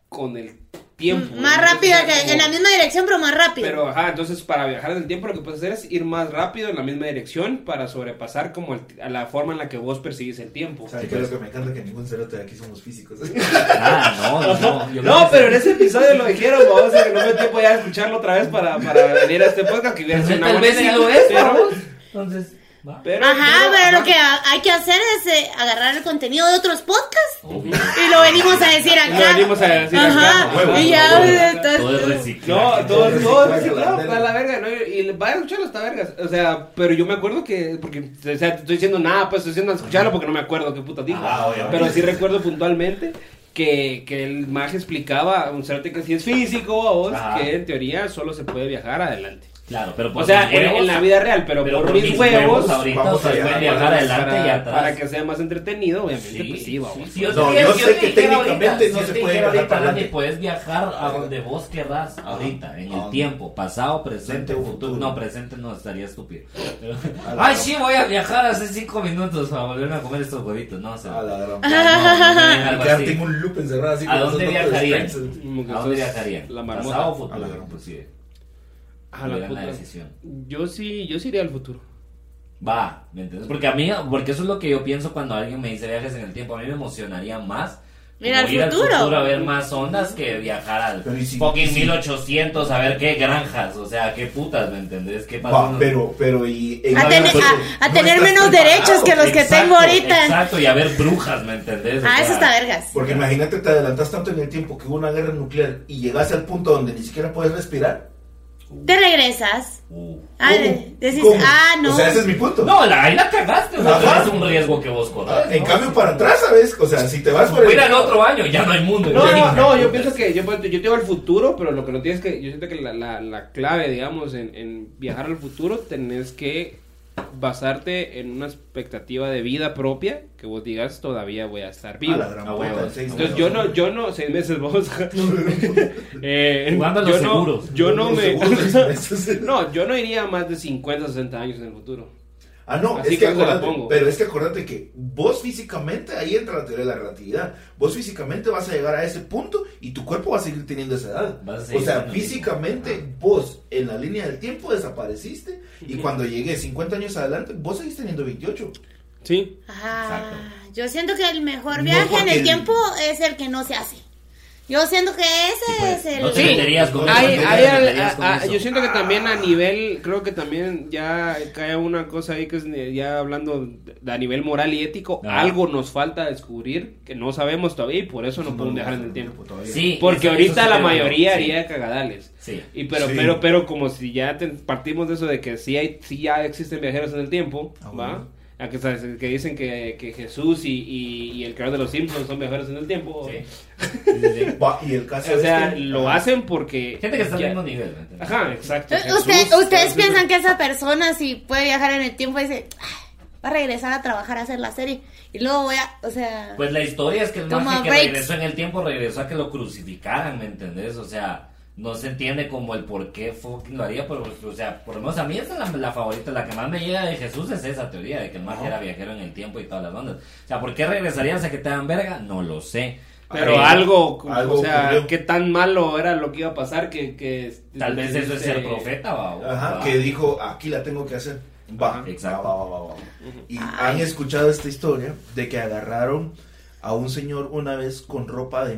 S2: con el tiempo.
S5: Mm, Más
S2: ¿no?
S5: rápido,
S2: O sea,
S5: que,
S2: como-
S5: en la misma dirección, pero más rápido.
S2: Pero ajá, entonces para viajar en el tiempo lo que puedes hacer es ir más rápido en la misma dirección para sobrepasar como el- a la forma en la que vos percibís el tiempo.
S3: ¿Sabes qué es
S1: pues.
S3: lo que me encanta? Que ningún cerote de aquí somos físicos.
S1: Ah, no, no, no. Yo
S2: No,
S1: creo que
S2: pero en ese episodio lo dijeron, vamos a que no me dio tiempo ya de escucharlo otra vez para, para venir a este podcast que hubiera
S1: Pero
S2: sido una
S1: tal
S2: buena
S1: vez sí
S2: idea,
S1: lo es,
S2: pero-
S1: Entonces, Va.
S2: Pero,
S5: Ajá,
S2: pero,
S5: pero
S2: ajá.
S5: lo que ha- hay que hacer es eh, agarrar el contenido de otros podcasts
S1: Obvio.
S5: y lo venimos a decir
S2: Lo
S5: acá.
S2: venimos a decir
S5: Ajá,
S2: acá.
S3: huevo,
S5: y ya,
S3: huevo.
S5: eh, entonces-
S1: Todo es reciclado.
S2: No, todo
S3: Reciclaje,
S2: todo
S3: reciclaje,
S2: reciclado,
S3: la
S2: está la verga, ¿no? Y- Y va a escucharlo está vergas. O sea, pero yo me acuerdo que, porque, o sea, te estoy diciendo nada, pues estoy diciendo escucharlo porque no me acuerdo qué puta dijo.
S1: Ah, obviamente.
S2: pero sí recuerdo puntualmente que, que el mago explicaba un certe que sí es físico, vos,
S1: Ajá.
S2: que en teoría solo se puede viajar adelante.
S1: Claro, pero por
S2: O sea,
S1: mis
S2: en,
S1: huevos-
S2: en la vida real, pero, por, mis huevos,
S1: ahorita
S3: vamos a
S1: se puede
S3: viajar
S1: viajar
S3: para-
S1: adelante y
S2: para,
S1: atrás.
S2: para que sea más entretenido, obviamente,
S1: Sí,
S2: pues sí, va, vos.
S1: sí, yo
S3: No,
S1: te-
S3: yo
S1: yo
S3: sé
S1: te
S3: que
S1: dijera
S3: técnicamente
S1: ahorita,
S3: no
S1: si yo
S3: se
S1: te dijera
S3: puede viajar
S1: ahorita,
S3: para
S1: Dani,
S3: adelante.
S1: Puedes viajar a donde vos querrás, ahorita, en el
S3: Ah.
S1: tiempo, pasado, presente,
S3: Presente o
S1: futuro.
S3: futuro.
S1: No, presente no, estaría estúpido.
S3: A la
S1: Ay,
S3: gran-
S1: sí, voy a viajar hace cinco minutos para volverme a comer estos huevitos. No, se
S3: A la gran-
S1: No, no, no, algo
S3: Ya
S1: así.
S3: tengo un loop encerrado así
S1: ¿A
S3: con los
S1: dónde
S3: otros
S1: viajarían?
S3: Spencer.
S2: Como que
S1: ¿A dónde
S2: sos
S1: viajarían?
S2: La marmota.
S1: Pasado o
S3: A la
S1: futuro,
S3: gran-
S1: inclusive.
S2: A la
S1: Tuvieran la
S2: puta.
S1: decisión.
S2: Yo sí, yo sí iría al futuro.
S1: Va, ¿me entiendes? Porque a mí, porque eso es lo que yo pienso cuando alguien me dice viajes en el tiempo. A mí me emocionaría más
S5: Ir al
S1: como
S5: futuro.
S1: a ver más ondas que viajar al
S3: Pero y si-
S1: fucking
S3: y si-
S1: 1800 a ver qué granjas, o sea, qué putas, ¿me entendés? ¿Qué pasa?
S3: Va, pero, pero y en
S5: A,
S3: algo
S5: tener-
S3: que
S5: a- a
S3: no
S5: tener
S3: estás
S5: menos
S3: preparado,
S5: derechos que los que
S1: Exacto,
S5: tengo ahorita.
S1: Exacto, y a ver brujas, ¿me entendés? O
S5: Ah, eso
S1: sea,
S5: está vergas.
S3: Porque imagínate, te adelantas tanto en el tiempo que hubo una guerra nuclear y llegas al punto donde ni siquiera puedes respirar.
S5: Te regresas.
S1: uh.
S5: Ah,
S3: ¿Cómo?
S5: decís,
S3: ¿Cómo?
S5: ah, no.
S3: O sea, ese es mi punto.
S1: No, la, ahí la cagaste, o sea, pero
S3: Ajá.
S1: es un riesgo que vos
S3: Ah,
S1: corres.
S3: en
S1: ¿no?
S3: cambio, para atrás, ¿sabes? O sea, si te vas por el-
S1: Mira el otro año, ya no hay mundo.
S2: No,
S1: ya
S2: no,
S1: ni-
S2: no, yo pienso que yo, pues, yo te digo al futuro, pero lo que no tienes que, yo siento que la, la, la clave, digamos, en, en viajar al futuro, tenés que basarte en una expectativa de vida propia, que vos digas, todavía voy a estar
S3: A
S2: vivo.
S3: la gran
S1: Ah,
S3: puta,
S1: huevos.
S3: seis
S2: Entonces
S3: meses.
S2: yo no, yo no, seis meses vos. eh,
S1: Jugando a los
S2: yo no-
S1: seguros.
S2: Yo no
S3: Los
S2: me.
S3: segundos, seis meses.
S2: no, yo no iría a más de 50, 60 años en el futuro.
S3: Ah, no,
S2: Así
S3: es que
S2: que algo la
S3: acordate,
S2: pongo.
S3: pero es que acordate que vos físicamente, ahí entra la teoría de la relatividad, vos físicamente vas a llegar a ese punto y tu cuerpo va a seguir teniendo esa edad.
S1: Vas a seguir
S3: O sea,
S1: siendo el mismo.
S3: físicamente vos en la línea del tiempo desapareciste y
S2: Ujú.
S3: cuando llegué 50 años adelante, vos seguís teniendo 28.
S2: Sí.
S5: Ah,
S1: Exacto.
S5: yo siento que el mejor
S3: No,
S5: viaje en
S3: porque
S5: el
S3: el-
S5: tiempo es el que no se hace. Yo siento que ese es el...
S1: no te
S2: Sí.
S1: meterías con
S2: Hay-
S1: eso, no te
S2: hay al-
S1: meterías con
S2: a- a-
S1: eso.
S2: yo siento que también a nivel, creo que también ya cae una cosa ahí que es ne- ya hablando de- a nivel moral y ético,
S1: Ah.
S2: algo nos falta descubrir que no sabemos todavía y por eso no,
S3: No
S2: podemos
S3: lo
S2: dejar en
S3: vas a
S2: el tiempo.
S3: todavía.
S1: Sí,
S2: Porque
S1: eso-
S2: ahorita
S1: eso sí
S2: la
S1: te digo,
S2: mayoría
S1: sí.
S2: haría cagadales.
S1: Sí.
S2: Y pero,
S3: Sí.
S2: pero, pero como si ya te- partimos de eso de que sí, hay, sí ya existen viajeros en el tiempo,
S3: Ah,
S2: ¿va?
S3: bueno.
S2: A que, que dicen que, que Jesús y, y- y el creador de los Simpsons son viajeros en el tiempo.
S1: Sí. Sí, sí, sí.
S3: Va, y el caso
S2: O sea,
S3: es que- Ah,
S2: lo hacen porque...
S1: Gente que está al
S2: ya-
S1: mismo nivel, ¿me entiendes?
S2: Ajá, exacto.
S5: Eh,
S2: Jesús,
S5: usted- ustedes
S2: Jesús.
S5: piensan que esa persona si puede viajar en el tiempo dice, "Ay, va a regresar a trabajar a hacer la serie y luego voy a, o sea,
S1: Pues la historia es que el
S5: Toma
S1: maje que
S5: breaks.
S1: regresó en el tiempo regresó a que lo crucificaran, ¿me entendés? O sea, no se entiende como el por qué fucking lo haría, pero, o sea, por lo menos a mí esa es la, la favorita, la que más me llega de Jesús es esa teoría de que el maje era viajero en el tiempo y todas las ondas. O sea, ¿por qué regresarías a que te dan verga? No lo sé.
S2: Pero algo,
S3: algo
S2: o sea,
S3: ocurrió.
S2: qué tan malo era lo que iba a pasar que... que
S1: Tal vez eso es ser
S2: eh,
S1: profeta, va. o-
S3: Ajá,
S1: va.
S3: que dijo, aquí la tengo que hacer. Va,
S1: Ajá, exacto.
S3: va, va, va, va. Y han escuchado esta historia de que agarraron a un señor una vez con ropa de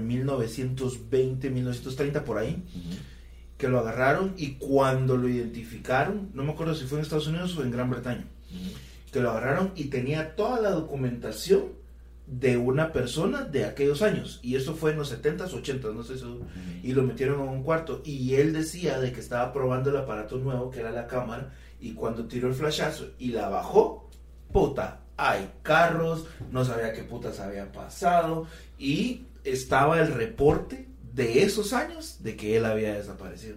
S3: 1920, 1930 por ahí,
S1: Ujú.
S3: que lo agarraron y cuando lo identificaron, no me acuerdo si fue en Estados Unidos o en Gran Bretaña,
S1: Ujú.
S3: que lo agarraron y tenía toda la documentación de una persona de aquellos años. Y eso fue en los 70s, 80s, no sé seguro
S1: Ujú.
S3: y lo metieron a un cuarto y él decía de que estaba probando el aparato nuevo que era la cámara y cuando tiró el flashazo y la bajó, puta, hay carros, no sabía qué putas había pasado y estaba el reporte de esos años de que él había desaparecido.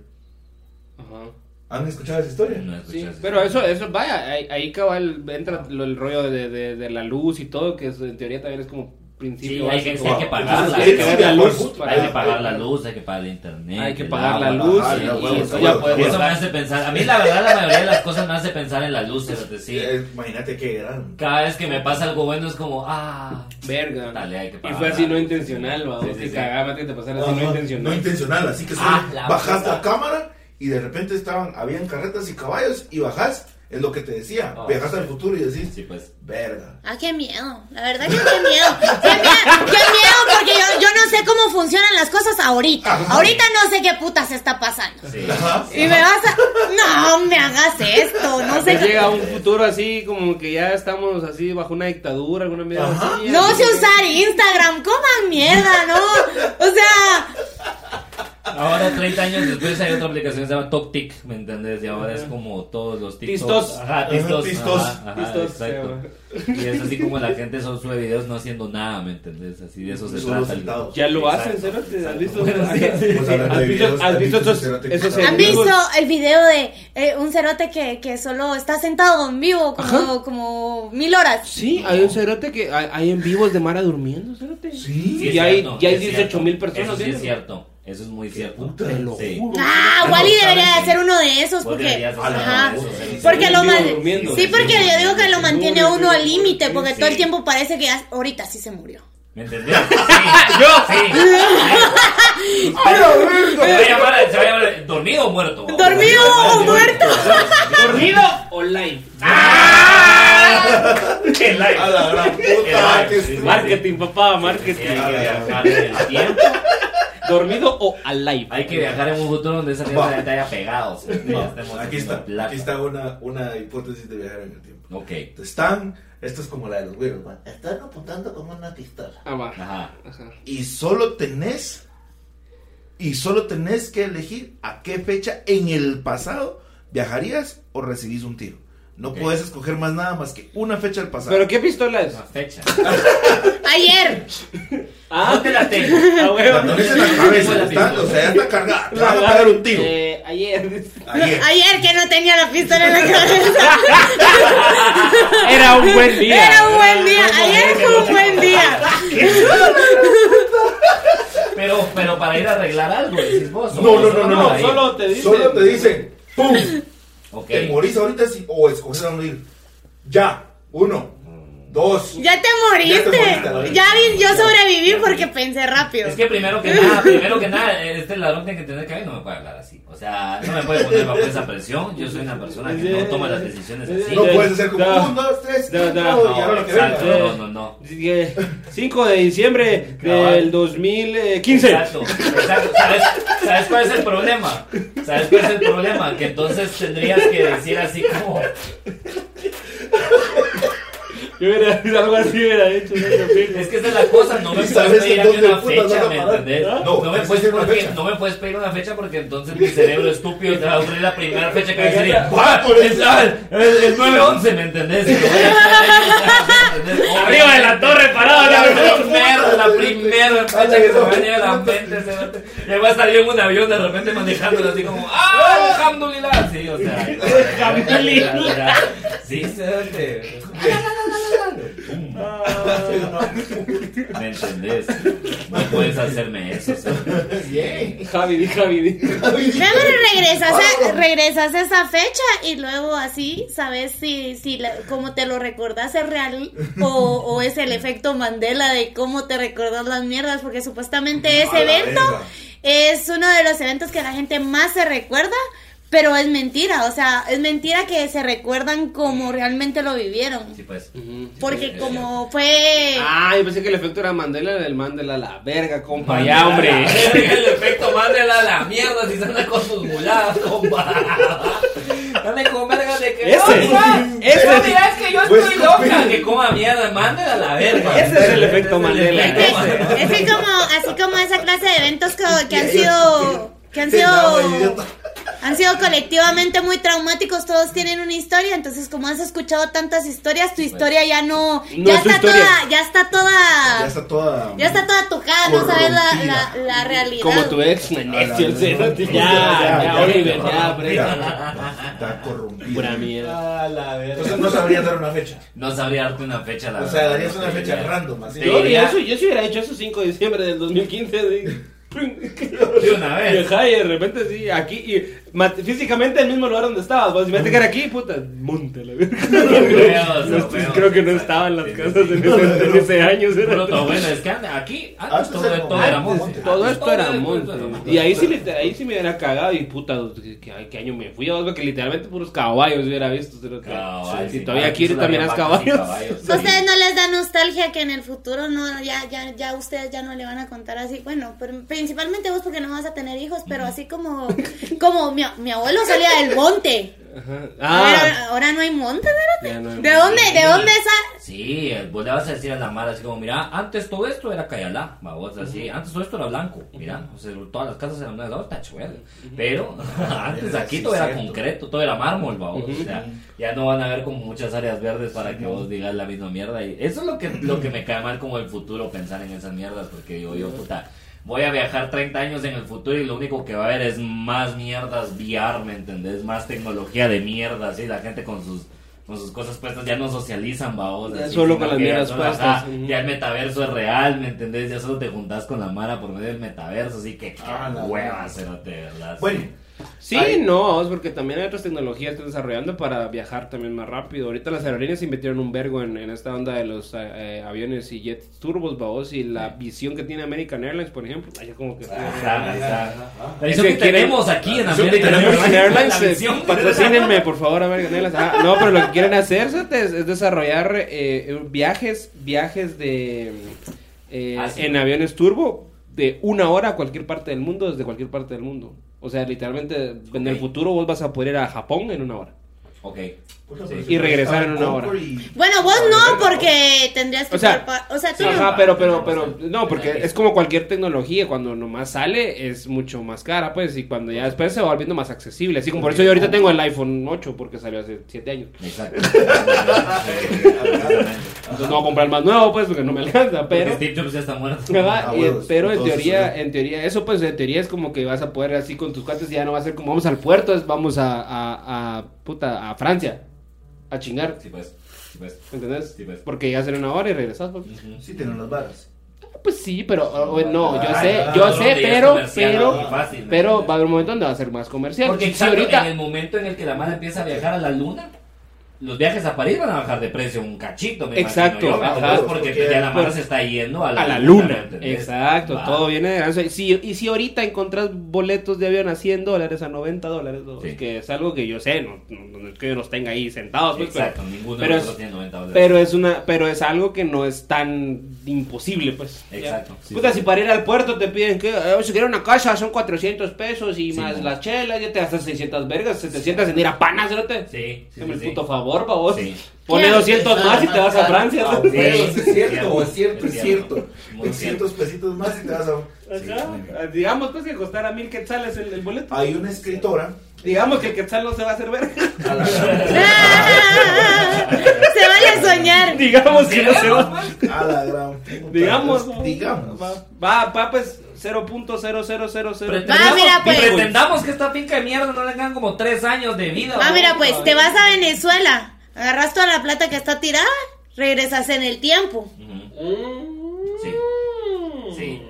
S2: Ajá.
S3: ¿Han escuchado esa historia?
S1: No
S2: Sí,
S1: escuchas.
S2: pero eso, eso, vaya, ahí, ahí cabal entra lo- el rollo de, de- de la luz y todo, que es- en teoría también es como principio.
S1: Sí, hay que-
S2: básico.
S1: hay que pagarla,
S2: Entonces, hay que
S1: hay
S2: ver
S1: que
S2: la
S3: pagar
S2: luz.
S3: la
S2: para-
S1: Hay que pagar la luz, hay que pagar el internet.
S2: Hay que
S1: el
S2: pagar la
S1: agua,
S2: luz
S1: pagar
S3: y-
S1: el
S3: y
S1: agua,
S3: eso
S1: el
S3: ya
S1: agua.
S3: podemos
S1: Eso me hace pensar. A mí, la verdad, la mayoría de las cosas me hace pensar en las luces. Es decir,
S3: Eh, Imagínate que eran.
S1: cada vez que me pasa algo bueno es como, ah,
S2: Verga.
S1: Dale, hay que
S2: y
S1: pagar
S2: fue
S1: la
S2: así no
S1: luz.
S2: intencional, va.
S1: Sí,
S2: vos
S1: sí,
S2: te
S1: sí.
S2: cagabas que te pasara así
S3: Ajá,
S2: no intencional.
S3: intencional, así que
S1: Ah,
S3: solo
S1: la
S3: bajas
S1: puta.
S3: la cámara y de repente estaban, habían carretas y caballos y bajas, es lo que te decía,
S1: Ah,
S3: viajas
S1: sí.
S3: al futuro y decís,
S1: sí, pues.
S3: verga.
S5: ah, qué miedo, la verdad que qué miedo, qué miedo, qué miedo porque yo, yo no sé cómo funcionan las cosas ahorita, ahorita no sé qué putas está pasando.
S1: Sí.
S3: Ajá.
S5: Y me vas a... No, no me hagas esto, no
S2: Se
S5: sé.
S2: llega a un futuro así, como que ya estamos así bajo una dictadura, alguna mierda
S3: Ajá.
S2: así.
S5: No
S2: así
S5: sé
S2: que-
S5: usar Instagram, coman mierda, ¿no? O sea,
S1: Ahora, 30 años después, hay otra aplicación que se llama TokTik, ¿me entendés? Y ahora es como todos los TikToks.
S2: Tistos.
S1: Ajá, tistos.
S3: Ajá, tistos.
S1: ajá, ajá,
S2: Tistos se
S1: exacto.
S2: llama.
S1: Y es así como la gente son sube videos no haciendo nada, ¿me entendés? Así de eso se
S3: Solo
S1: trata. el-
S3: sentados.
S2: Ya lo
S1: Exacto,
S2: hacen, Cerote. ¿Has
S1: exacto.
S2: visto?
S1: Bueno, sí, sí.
S3: Pues hablando
S2: ¿Has
S3: de
S2: visto-
S3: videos,
S2: has visto esos-
S3: cerote
S2: esos
S3: que
S5: ¿han
S3: está-
S5: visto el video de eh, un cerote que, que solo está sentado en vivo como,
S2: Ajá.
S5: como mil horas?
S2: Sí, hay un cerote que hay, hay en vivos de Mara durmiendo, cerote.
S3: Sí.
S1: Sí, es
S2: Y hay-
S1: cierto,
S2: y hay
S1: es
S2: 18,000
S1: cierto.
S2: personas
S1: Eso sí es
S2: viendo.
S1: cierto. Eso es muy cierto.
S3: puta, te
S2: lo
S1: Sí.
S2: juro.
S5: Ah,
S1: Pero
S5: Wally
S1: ¿saben
S5: debería
S1: qué?
S5: de ser uno de esos
S1: Vos
S5: porque...
S1: deberías hacer uno de
S5: Ajá.
S1: esos, sí, sí,
S5: Porque
S1: sí.
S5: lo
S2: En vivo,
S5: man-
S2: durmiendo.
S5: Sí, porque yo digo que lo mantiene a uno al límite, porque
S1: Sí.
S5: todo el tiempo parece que ya- ahorita sí se murió.
S1: ¿Me entendés? ¡Yo! Sí. Se va a llamar- se va a llamar dormido o muerto.
S5: ¿Dormido o muerto?
S2: ¿Dormido o live?
S1: ¡Qué like!
S3: A la gran
S1: Qué like.
S3: puta. ah, qué
S1: Sí,
S3: estúpido.
S2: Marketing, papá,
S1: Sí, hay
S2: marketing.
S1: que viajar en el tiempo.
S2: ¿Dormido o alive?
S1: Hay que viajar en un futuro donde esa mierda ya te haya pegado. o sea, que ya
S3: No,
S1: estemos
S3: Aquí
S1: haciendo
S3: está,
S1: plata.
S3: aquí está una, una hipótesis de viajar en el tiempo.
S1: Ok.
S3: Están, esto es como la de los güeros, man. están apuntando con una pistola.
S2: Ah, va.
S1: Ajá.
S2: Ajá.
S3: Y solo tenés, y solo tenés que elegir a qué fecha en el pasado viajarías o recibís un tiro. No
S1: Ok.
S3: puedes escoger más nada más que una fecha del pasado.
S2: ¿Pero qué pistola es?
S1: Una fecha.
S5: Ayer.
S1: ¿Dónde
S2: Ah,
S1: la tengo?
S2: a
S3: La
S2: huevo.
S3: tenés en la cabeza,
S1: La
S3: está-
S1: pistola.
S3: o sea, ya está cargada. Te van a pegar un tiro.
S2: Eh, ayer.
S3: Ayer.
S5: Ayer que no tenía la pistola en la cabeza.
S2: Era un buen día.
S5: Era un buen día. Ayer fue un buen día.
S1: Pero, pero para ir a arreglar algo, decís vos.
S3: No,
S1: o
S3: no, no,
S1: solo
S3: no,
S1: para ir.
S2: solo te dicen.
S3: Solo te dicen, ¡pum!
S1: Ok.
S3: Te morís ahorita si- o escoges a morir. Ya, uno, dos.
S5: Ya te
S3: Ya te
S5: moriste.
S3: moriste.
S5: Ya vi- yo sobreviví porque pensé rápido.
S1: Es que primero que nada, primero que nada, este ladrón tiene que entender que a mí no me puede hablar así. O sea, no me puede poner bajo esa presión. Yo soy una persona que no toma las decisiones así.
S3: No
S2: Ya,
S3: puedes hacer como
S2: ya.
S3: un, dos, tres,
S2: Ya, ya.
S3: cuatro, y ahora lo que
S1: Exacto.
S3: venga.
S1: No, no, no.
S2: Eh, 5 de diciembre del
S1: Cabal.
S2: 2015.
S1: Exacto, exacto. ¿Sabes, ¿Sabes cuál es el problema? ¿Sabes cuál es el problema? Que entonces tendrías que decir así como.
S2: Yo hubiera algo así, hubiera hecho. ¿no?
S1: Es que esa es la cosa, no me
S3: ¿Y
S1: puedes
S3: sabes
S1: pedir
S3: en
S1: a mí
S3: dónde
S1: una
S3: putas vas
S1: fecha,
S3: a
S1: ¿me
S3: parar?
S1: entendés?
S3: ¿Ah?
S1: No, me
S3: Esa
S1: puedes
S3: es
S1: pedir
S3: una
S1: una
S3: fecha.
S1: fecha. No me puedes pedir una fecha porque entonces mi cerebro estúpido te va a ocurrir la primera fecha que va a decir,
S3: Ah,
S1: ¡Ah!
S3: por
S1: El, el, el 9-11, ¿me entendés? Y lo voy a estar ahí, ¿me entendés?
S2: Arriba de la torre parado,
S1: La
S2: la verdad.
S1: primera, la
S3: Ah,
S1: primera fecha que se me venía a la mente, se va a- ya va a estar yo en un avión de repente manejándolo así como, ¡ah, alhamdulillah! Sí, o sea,
S2: Alhamdulillah.
S1: sí, se va a- ¿Me entendés? No puedes hacerme eso, o sea.
S3: Bien.
S2: Javi, di, Javi, di.
S5: Luego regresas a, regresas a esa fecha y luego así sabes si, si la- como te lo recordás es real o, o es el efecto Mandela de cómo te recordás las mierdas, porque supuestamente
S3: A la
S5: ese evento
S3: verga.
S5: es uno de los eventos que la gente más se recuerda, pero es mentira, o sea, es mentira que se recuerdan como realmente lo vivieron,
S1: Sí, pues.
S5: porque como fue...
S2: Ah, yo pensé que el efecto era Mandela del Mandela, la verga, compa.
S1: Mandela,
S2: Ya, hombre.
S1: la verga, El efecto Mandela, la mierda, si se anda con sus muladas, compa. Dale con verga de que
S2: Ese.
S1: compa,
S2: Ese.
S1: No mira, es que yo
S3: Pues,
S1: estoy loca. Que coma mierda, Mandela, la verga.
S2: Ese es el efecto Mandela,
S1: efecto Mandela.
S5: Es que como, así como esa clase de eventos que, que han
S3: Ya, ya.
S5: sido... Que han
S3: Nada,
S5: sido...
S3: idiota.
S5: Han sido colectivamente muy traumáticos, todos tienen una historia, entonces como has escuchado tantas historias, tu historia ya no,
S2: No
S5: ya
S2: es tu
S5: está
S2: historia.
S5: toda, ya está
S3: Ya
S5: toda,
S3: está toda.
S5: Ah. ya está toda tocada, no sabes la, la, la realidad.
S2: Como tu ex, nenecio, el cerote. Ya, ya, Oliver, ya, brega.
S3: Ya, Está corrompida.
S2: Pura mierda.
S1: Ah, la verga.
S3: Entonces no sabría dar una fecha.
S1: No sabría darte una fecha, la
S3: O
S1: verdad.
S3: sea, darías
S1: no
S3: una
S1: tengo
S3: fecha
S1: idea.
S3: random, así.
S1: Sí.
S2: Yo, yo, eso- yo Ah, sí hubiera hecho eso 5 de diciembre del 2015. De...
S1: De una
S2: Y
S1: vez.
S2: ajá, y de repente sí, aquí, y mat- físicamente el mismo lugar donde estabas. Vos, si me que era aquí, puta, monte la verga.
S1: huevos,
S2: No,
S1: los
S2: pues,
S1: huevos.
S2: Creo que no estaban las
S1: Sí, sí,
S2: casas
S1: sí.
S2: en ese, en ese año.
S1: Pero
S2: cerote.
S1: todo bueno, es que aquí antes
S3: Antes
S1: todo
S3: era
S1: todo era
S3: monte.
S1: monte.
S2: Todo
S1: Antes
S2: esto era
S1: todo
S2: monte. Y ahí sí, liter- ahí sí me hubiera cagado y puta, que- que- qué año me fui, vos, porque literalmente puros caballos hubiera visto. cerote.
S1: Caballos,
S2: si
S1: sí,
S2: todavía
S1: aquí
S2: aquí
S1: solo había
S2: también miras
S1: vacas y
S2: caballos.
S1: caballos.
S5: ¿A ustedes no les da nostalgia que en el futuro no, ya, ya, ya ustedes ya no le van a contar así, bueno, pero principalmente vos porque no vas a tener hijos, pero así como, como mi mi, mi abuelo salía del monte.
S2: Ajá.
S5: Ahora,
S2: Ah,
S5: ahora no hay monte, ¿verdad?
S2: ya no hay
S5: ¿De
S2: más.
S5: dónde, de dónde esa?
S1: Sí, vos le vas a decir a la mala así como, mira, antes todo esto era Cayalá, babos, así, antes todo esto era blanco, mira, o sea, todas las casas eran una de la otra, chuela. Pero antes
S3: Era
S1: aquí
S3: así,
S1: todo era
S3: cierto.
S1: concreto, todo era mármol, babos, o sea, ya no van a ver como muchas áreas verdes para que vos digas la misma mierda. Y eso es lo que, lo que me cae mal como el futuro, pensar en esas mierdas, porque yo, yo, puta... Voy a viajar 30 años en el futuro y lo único que va a haber es más mierdas VR, ¿me entendés? Más tecnología de mierda, así, la gente con sus, con sus cosas puestas ya no socializan, babos.
S2: Ya
S1: Así,
S2: solo
S1: sino
S2: con las
S1: que ya
S2: mierdas
S1: solo,
S2: puestas,
S1: ajá,
S2: ujú.
S1: Ya el metaverso es real, ¿me entendés? Ya solo te juntás con la Mara por medio del metaverso, así que qué
S3: Ah, la
S1: hueva,
S3: verdad.
S1: cerote, de ¿verdad?
S3: Bueno,
S2: Sí,
S3: Ay.
S2: no, es porque también hay otras tecnologías que están desarrollando para viajar también más rápido. Ahorita las aerolíneas invirtieron un vergo en, en esta onda de los eh, eh, aviones y jets turbos, babos, y la visión que tiene American Airlines, por ejemplo. Ay, yo como que...
S1: Ahí está,
S3: Ah,
S1: ahí está. La
S2: Es
S1: visión
S2: que
S1: que,
S2: quieren-
S1: tenemos aquí en
S3: La visión que
S1: América
S3: tenemos
S2: American
S1: ¿verdad?
S2: Airlines,
S1: La
S2: eh,
S1: visión que-
S2: patrocínenme, por favor, American Airlines. Ah, no, pero lo que quieren hacer Sate, es, es desarrollar eh, eh, viajes, viajes de eh,
S1: Ah, sí.
S2: en aviones turbo de una hora a cualquier parte del mundo, desde cualquier parte del mundo. O sea, literalmente, en el
S1: Ok.
S2: futuro vos vas a poder ir a Japón en una hora.
S1: Ok.
S3: puta,
S1: Sí.
S3: pero
S1: Y
S3: si puedes
S2: regresar en una
S3: estar
S2: hora.
S3: Concord y-
S5: Bueno, vos
S3: Ah,
S5: no,
S3: bueno,
S5: porque tendrías que...
S2: O sea,
S5: prepa- o sea tú no.
S2: Ajá,
S1: va,
S2: pero, pero,
S1: tenemos
S2: pero,
S1: el-
S2: no, porque
S1: el-
S2: es como cualquier tecnología, cuando nomás sale es mucho más cara, pues, y cuando ya después se va volviendo más accesible. Así como por eso yo ahorita tengo el iPhone 8, porque salió hace 7 años.
S1: Exacto.
S2: Entonces no voy a comprar el más nuevo, pues, porque no me alcanza,
S1: Pero
S2: pero...
S1: Steve Jobs ya está muerto.
S2: Ajá,
S3: Ah,
S2: y-
S3: huevos,
S2: pero en
S3: entonces, eh.
S2: teoría,
S3: sí.
S2: en teoría, eso pues en teoría es como que vas a poder así con tus cuates, ya no va a ser como vamos al puerto, es vamos a, a, a puta, a Francia, a chingar,
S1: Sí, pues. Sí, pues.
S2: ¿entendés?
S1: Sí, pues.
S2: Porque ya será una hora y regresas. pues.
S1: Ujú.
S3: Sí, tienen las varas.
S2: Pues sí, pero o- o- no, yo
S3: Ah,
S2: sé,
S3: ah,
S2: yo
S1: Todo
S2: sé,
S1: donde ya es
S2: pero,
S1: comercial,
S2: pero,
S1: muy fácil, ¿me
S2: pero
S1: entiendes?
S2: va a haber un momento donde va a ser más comercial.
S1: Porque
S2: si
S1: exacto, en el
S2: ahorita,
S1: momento en el que la mala empieza a viajar a la luna, los viajes a París van a bajar de precio un cachito, me
S2: Exacto,
S1: imagino yo,
S2: ajá.
S1: ¿verdad? porque pues,
S3: Porque-
S1: ya la mara
S2: por-
S1: se está yendo a la,
S2: a la luna,
S1: ¿me entendés?
S2: exacto,
S1: Va.
S2: todo viene de gran- Si, y si ahorita encontrás boletos de avión a 100 dólares, a 90 dólares, ¿no?
S1: Sí.
S2: que es algo que yo sé, no, no- no es que yo los tenga ahí sentados, pues, pero-
S1: Exacto, ninguno
S2: pero
S1: de
S2: es-
S1: nosotros tiene 90 dólares.
S2: Pero es una, pero es algo que no es tan imposible, pues.
S1: Exacto,
S2: Ya.
S1: sí,
S2: Puta,
S1: sí.
S2: si para ir al puerto te piden que eh, si quieres una casa son 400 pesos y
S1: Sí,
S2: más
S1: mo.
S2: las chelas, ya te gastas 600 vergas, 700 en ir a Panas, ¿no te?
S1: Sí, sí,
S2: Hazme
S1: sí,
S2: el
S1: sí.
S2: puto favor, pavos.
S1: Sí.
S2: Pone 200 más y te vas a Francia.
S3: Ah,
S2: ¿no?
S3: sí, es cierto, es cierto, es cierto.
S1: Muy cierto.
S3: 600 pesitos más y te vas a.
S2: Ajá. Ah, Digamos pues que costara mil quetzales el, el boleto.
S3: Hay una escritora.
S2: Digamos que el quetzal no se va a hacer verga.
S3: a la-
S5: Ah, se vale soñar.
S2: Digamos que no se va.
S3: A la gran. puta.
S2: Digamos,
S3: Pues,
S2: ¿no?
S3: digamos.
S2: Va, va, va, pues 0.0000.
S5: Va, mira, pues.
S1: Pretendamos que esta finca de mierda no le tengan como 3 años de vida.
S5: Ah,
S1: ¿no?
S5: mira, pues te vas a Venezuela, agarras toda la plata que está tirada, regresas en el tiempo.
S1: Ujú, Sí. Sí.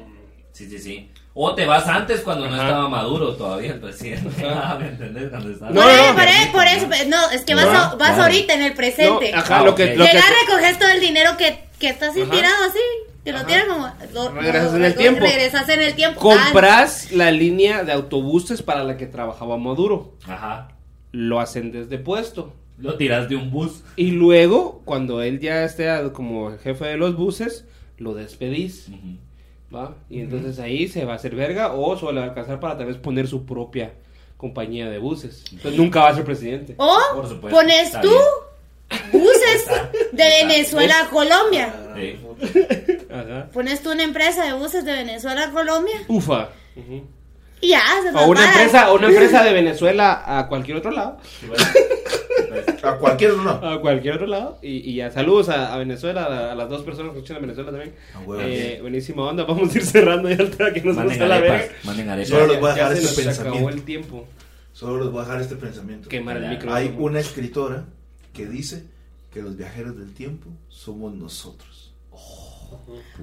S1: Sí, sí, sí. O te vas antes cuando no
S2: Ajá.
S1: estaba maduro todavía el presidente.
S2: Ajá.
S1: ¿Me entendés? Cuando estaba-
S2: No,
S5: por, ahí,
S2: no.
S5: por, ahí, por eso, pues, no, es que vas, a-
S1: No,
S5: vas
S1: claro.
S5: ahorita en el presente.
S2: No, ajá, lo que, lo que,
S5: Llegar, recoges todo el dinero que, que está así
S2: Ajá.
S5: tirado, así, que lo
S2: Ajá.
S5: tiras como... lo-
S2: Regresas
S5: lo-
S2: en el
S5: lo-
S2: tiempo.
S5: Regresas en el tiempo. Ah,
S2: Compras la línea de autobuses para la que trabajaba Maduro.
S1: Ajá.
S2: Lo ascendes de puesto.
S1: Lo tiras de un bus.
S2: Y luego, cuando él ya esté a- como el jefe de los buses, lo despedís.
S1: Ujú.
S2: ¿va? Y entonces ahí se va a hacer verga o solo va a alcanzar para tal vez poner su propia compañía de buses. Entonces nunca va a ser presidente.
S5: Ah, o
S1: Por supuesto,
S5: pones
S1: está
S5: tú buses de Venezuela a
S3: A
S5: Colombia.
S3: la gran
S1: Sí.
S3: puta.
S2: Ajá.
S5: Pones tú una empresa de buses de Venezuela a Colombia
S2: Ufa. Ujú.
S5: y ya, se
S2: O una
S5: paras.
S2: empresa, o una empresa de Venezuela a cualquier otro lado.
S1: Sí, bueno. Pues,
S3: A cualquier no.
S2: a cualquier otro lado. Y, y ya, saludos a, a Venezuela, a, la- a las dos personas que escuchan a Venezuela también.
S3: A Ah, huevo.
S2: Eh, buenísima onda, vamos a ir cerrando ya el tema que nos
S1: Manden
S2: gusta la verga.
S1: arepas. Manden
S3: Solo
S1: arepas.
S3: les voy a
S2: Ya
S3: dejar
S2: se
S3: este
S2: nos acabó
S3: pensamiento.
S2: el tiempo.
S3: Solo les voy a dejar este pensamiento.
S2: Quemar el
S1: Hay
S2: micrófono.
S3: Hay una escritora que dice que los viajeros del tiempo somos nosotros.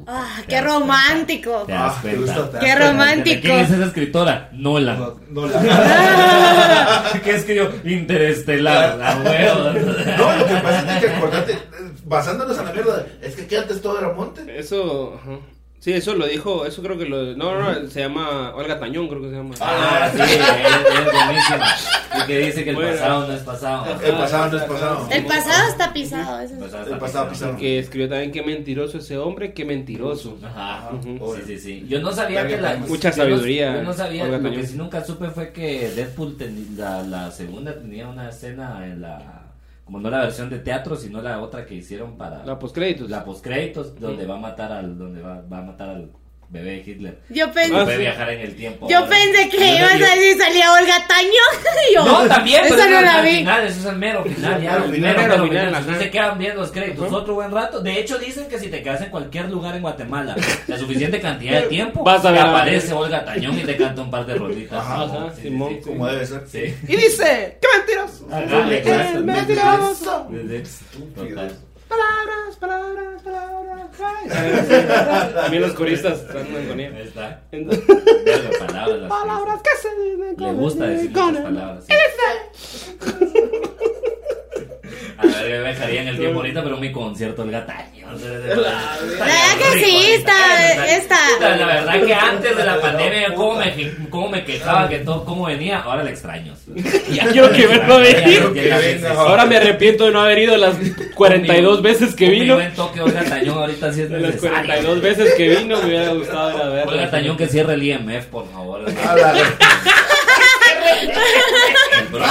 S5: Ah, qué romántico.
S1: Te das
S3: Ah,
S1: cuenta.
S3: te gusta, te das
S5: Qué
S3: cuenta.
S5: romántico.
S1: ¿Quién es esa escritora? Nola.
S3: No, no, la-
S1: ¿Qué escribió? Interestelar. La hueva.
S3: No, lo que pasa es que acordate, eh, basándonos en la mierda, es que aquí antes todo era monte.
S2: Eso, ajá. Sí, eso lo dijo, eso creo que lo... No, no, no, se llama Olga Tañón, creo que se llama.
S1: Ah, sí, es, es buenísima. Y que dice que el
S2: Bueno.
S1: pasado no es pasado.
S2: Ah,
S1: Pues,
S3: El pasado no es pasado.
S5: El pasado está pisado. eso es-
S1: pasado
S3: El
S1: está
S3: pasado
S1: pisado.
S3: pisado.
S2: Que escribió también qué mentiroso ese hombre, qué mentiroso.
S1: Ajá,
S3: Ujú.
S1: sí, sí, sí. Yo no sabía que la...
S2: Mucha
S1: yo no-
S2: sabiduría,
S1: Yo no sabía,
S2: Olga
S1: lo que
S2: Tañón.
S1: sí nunca supe fue que Deadpool, teni- la, la segunda, tenía una escena en la... Como no la versión de teatro, sino la otra que hicieron para...
S2: La postcréditos.
S1: la postcréditos, donde va a matar al... Donde va, va a matar al bebé de Hitler.
S5: Yo
S1: No
S5: pensé.
S1: puede viajar en el tiempo.
S5: Yo
S1: ahora.
S5: pensé que
S1: Yo-
S5: ibas
S1: yo-
S5: a decir salía Olga Tañón. Y yo,
S1: No, también, pero
S5: Esa no
S1: eso es
S5: la
S1: al
S5: vi.
S1: final, eso es el mero final, ya,
S3: Mero
S1: el
S3: final,
S1: mero,
S2: mero
S1: mero
S2: final,
S1: final.
S2: ajá.
S1: Si se quedan viendo los créditos
S2: Ajá.
S1: otro buen rato. De hecho, dicen que si te quedas en cualquier lugar en Guatemala la suficiente cantidad de tiempo,
S2: Vas a
S1: te
S2: ver a la
S1: aparece Olga Tañón y te canta un par de rolitas.
S3: Ajá,
S1: Sí,
S2: ajá,
S1: sí,
S2: Simón.
S1: sí.
S3: Como debe ser.
S1: Sí.
S2: Y dice, qué mentiroso.
S1: Ajá, exacto.
S2: El mentiroso.
S1: Total.
S2: Palabras, palabras, palabras. ay. También los coristas están con
S1: Ahí
S2: él.
S1: está.
S2: Entonces,
S1: Verga, palabras, las
S2: Palabras que se dicen
S1: Le
S2: con
S1: gusta
S2: el
S1: decir
S2: con
S1: muchas
S2: el-
S1: palabras. sí. A ver, yo viajaría en el tiempo ahorita, pero mi concierto el gataño. La
S5: verdad que sí, está- está.
S1: La verdad que antes de la pandemia, yo cómo me, cómo me quejaba que todo, cómo venía, ahora le extraño.
S2: Ya quiero que verlo venir.
S3: que venga.
S2: Ahora me arrepiento de no haber ido las 42 veces que vino.
S1: En toque Olga Tañón, ahorita sí es
S2: De las
S1: necesario.
S2: 42 veces que vino me hubiera gustado ir a verla.
S1: Olga Tañón que cierre el IMF, por favor.
S3: A la re-
S1: El bro-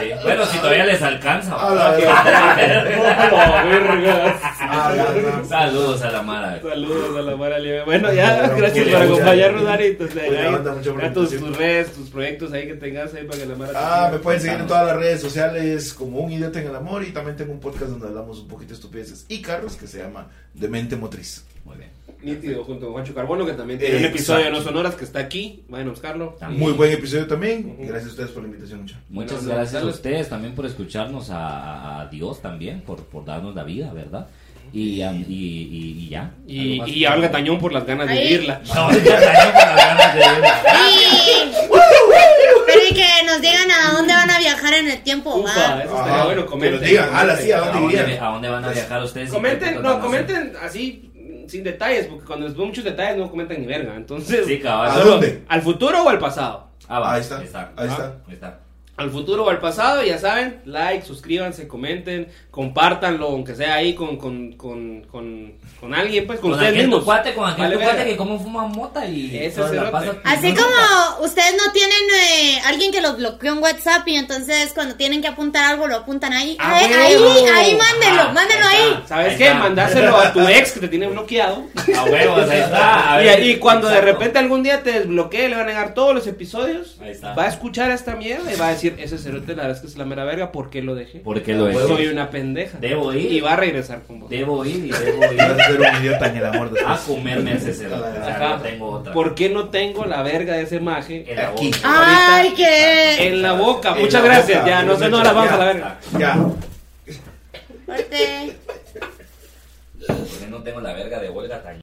S1: Sí. Bueno, si todavía les alcanza.
S3: A la re-
S2: Oh, vergas.
S3: a la re-
S1: Saludos a la Mara.
S2: Saludos a la Mara Libre. Bueno, ya,
S3: Bueno,
S2: gracias
S1: mucha-
S2: por acompañarnos,
S3: mucha-
S2: Dari. Entonces,
S3: mucha
S2: ahí,
S3: onda, mucha
S2: ya tus,
S3: presentación.
S2: tus redes, tus proyectos ahí que tengas ahí para que la Mara. te
S3: Ah,
S2: siga.
S3: me pueden seguir en todas las redes sociales como un idiota en el amor y también tengo un podcast donde hablamos un poquito de estupideces y carros que se llama Demente Motriz.
S1: Muy bien.
S2: Nítido, junto con Juancho Carbono, que también tiene un
S3: Exacto.
S2: episodio de No Sonoras que está aquí. Vayan a buscarlo.
S1: También.
S3: Muy buen episodio también. Gracias a ustedes por la invitación, mucho.
S1: Muchas
S2: Bueno,
S1: gracias a
S2: saludos.
S1: ustedes también por escucharnos, a, a Dios también, por, por darnos la vida, ¿verdad? Y, a- y, y- y ya. ¿Algo
S2: Y,
S1: más?
S2: y a Olga Tañón por las ganas de
S5: Ahí.
S2: vivirla.
S1: No, ya cayó con las ganas de
S5: y-
S1: ir.
S5: Pero y que nos digan a dónde van a viajar en el tiempo,
S2: Ufa,
S5: ¿va?
S2: eso estaría
S3: Ajá.
S2: bueno, comenten.
S3: Pero Ah, digan, ala, sí, ¿a
S1: ¿A
S3: dónde
S1: dónde,
S3: irían?
S1: ¿A dónde van a viajar ustedes? ¿Y qué
S2: Comenten,
S1: putas van
S2: no,
S1: a
S2: comenten así, mm, sin detalles, porque cuando les veo muchos detalles no comentan ni verga. Entonces,
S1: hacer? Sí,
S3: ¿A
S1: cabrón.
S2: solo,
S3: dónde?
S2: ¿al futuro o al pasado?
S1: Ah, va.
S3: Ahí está, ahí
S1: Ah,
S3: está.
S1: Ahí está.
S2: Al futuro o al pasado, ya saben, like, suscríbanse, comenten, compártanlo, aunque sea ahí con, con, con, con, con alguien, pues, con,
S1: Con
S2: ustedes
S1: aquel
S2: mismos.
S1: tu cuate, con aquel
S2: Vale,
S1: tu cuate
S2: verga.
S1: que como fuma mota y
S2: Ese
S1: solo la
S2: cerote.
S1: pasa
S5: Así
S1: fumando.
S5: como ustedes no tienen eh, alguien que los bloqueó en WhatsApp y entonces cuando tienen que apuntar algo lo apuntan ahí.
S2: ¡A
S5: Ahí, ahí,
S2: huevo!
S5: ahí, mándenlo,
S1: Ah, Ajá,
S5: mándenlo
S1: ahí
S5: ahí.
S1: está.
S2: ¿Sabes
S1: Ahí
S2: qué?
S1: está.
S2: Mandárselo a tu ex que te tiene bloqueado.
S1: A huevos, ahí está. Ah, a
S2: Y,
S1: ver.
S2: y cuando de
S1: Exacto.
S2: repente algún día te desbloquee, le van a negar todos los episodios.
S1: Ahí está.
S2: Va a escuchar esta mierda y va a decir: Ese cerote, la verdad es que es la mera verga, ¿por qué lo dejé?
S1: Porque lo es.
S2: Soy una pendeja.
S1: Debo ir.
S2: Y va a regresar con vos.
S1: Debo ir y debo ir.
S3: Vas a ser un idiota en el amor de
S1: a
S3: Dios.
S1: Ah, comerme ese cerdo. O sea,
S2: Ajá.
S1: no tengo otra.
S2: ¿Por qué no tengo la verga de ese maje
S1: El abono.
S3: Aquí.
S5: Ay, qué
S2: en la boca?
S3: En
S2: Muchas
S3: la
S2: gracias.
S3: boca,
S2: ya, no sé,
S3: muchachos,
S2: no la vamos
S3: ya.
S2: a la verga.
S3: Ya.
S5: fuerte.
S1: ¿Por qué no tengo la verga de Olga Tañón?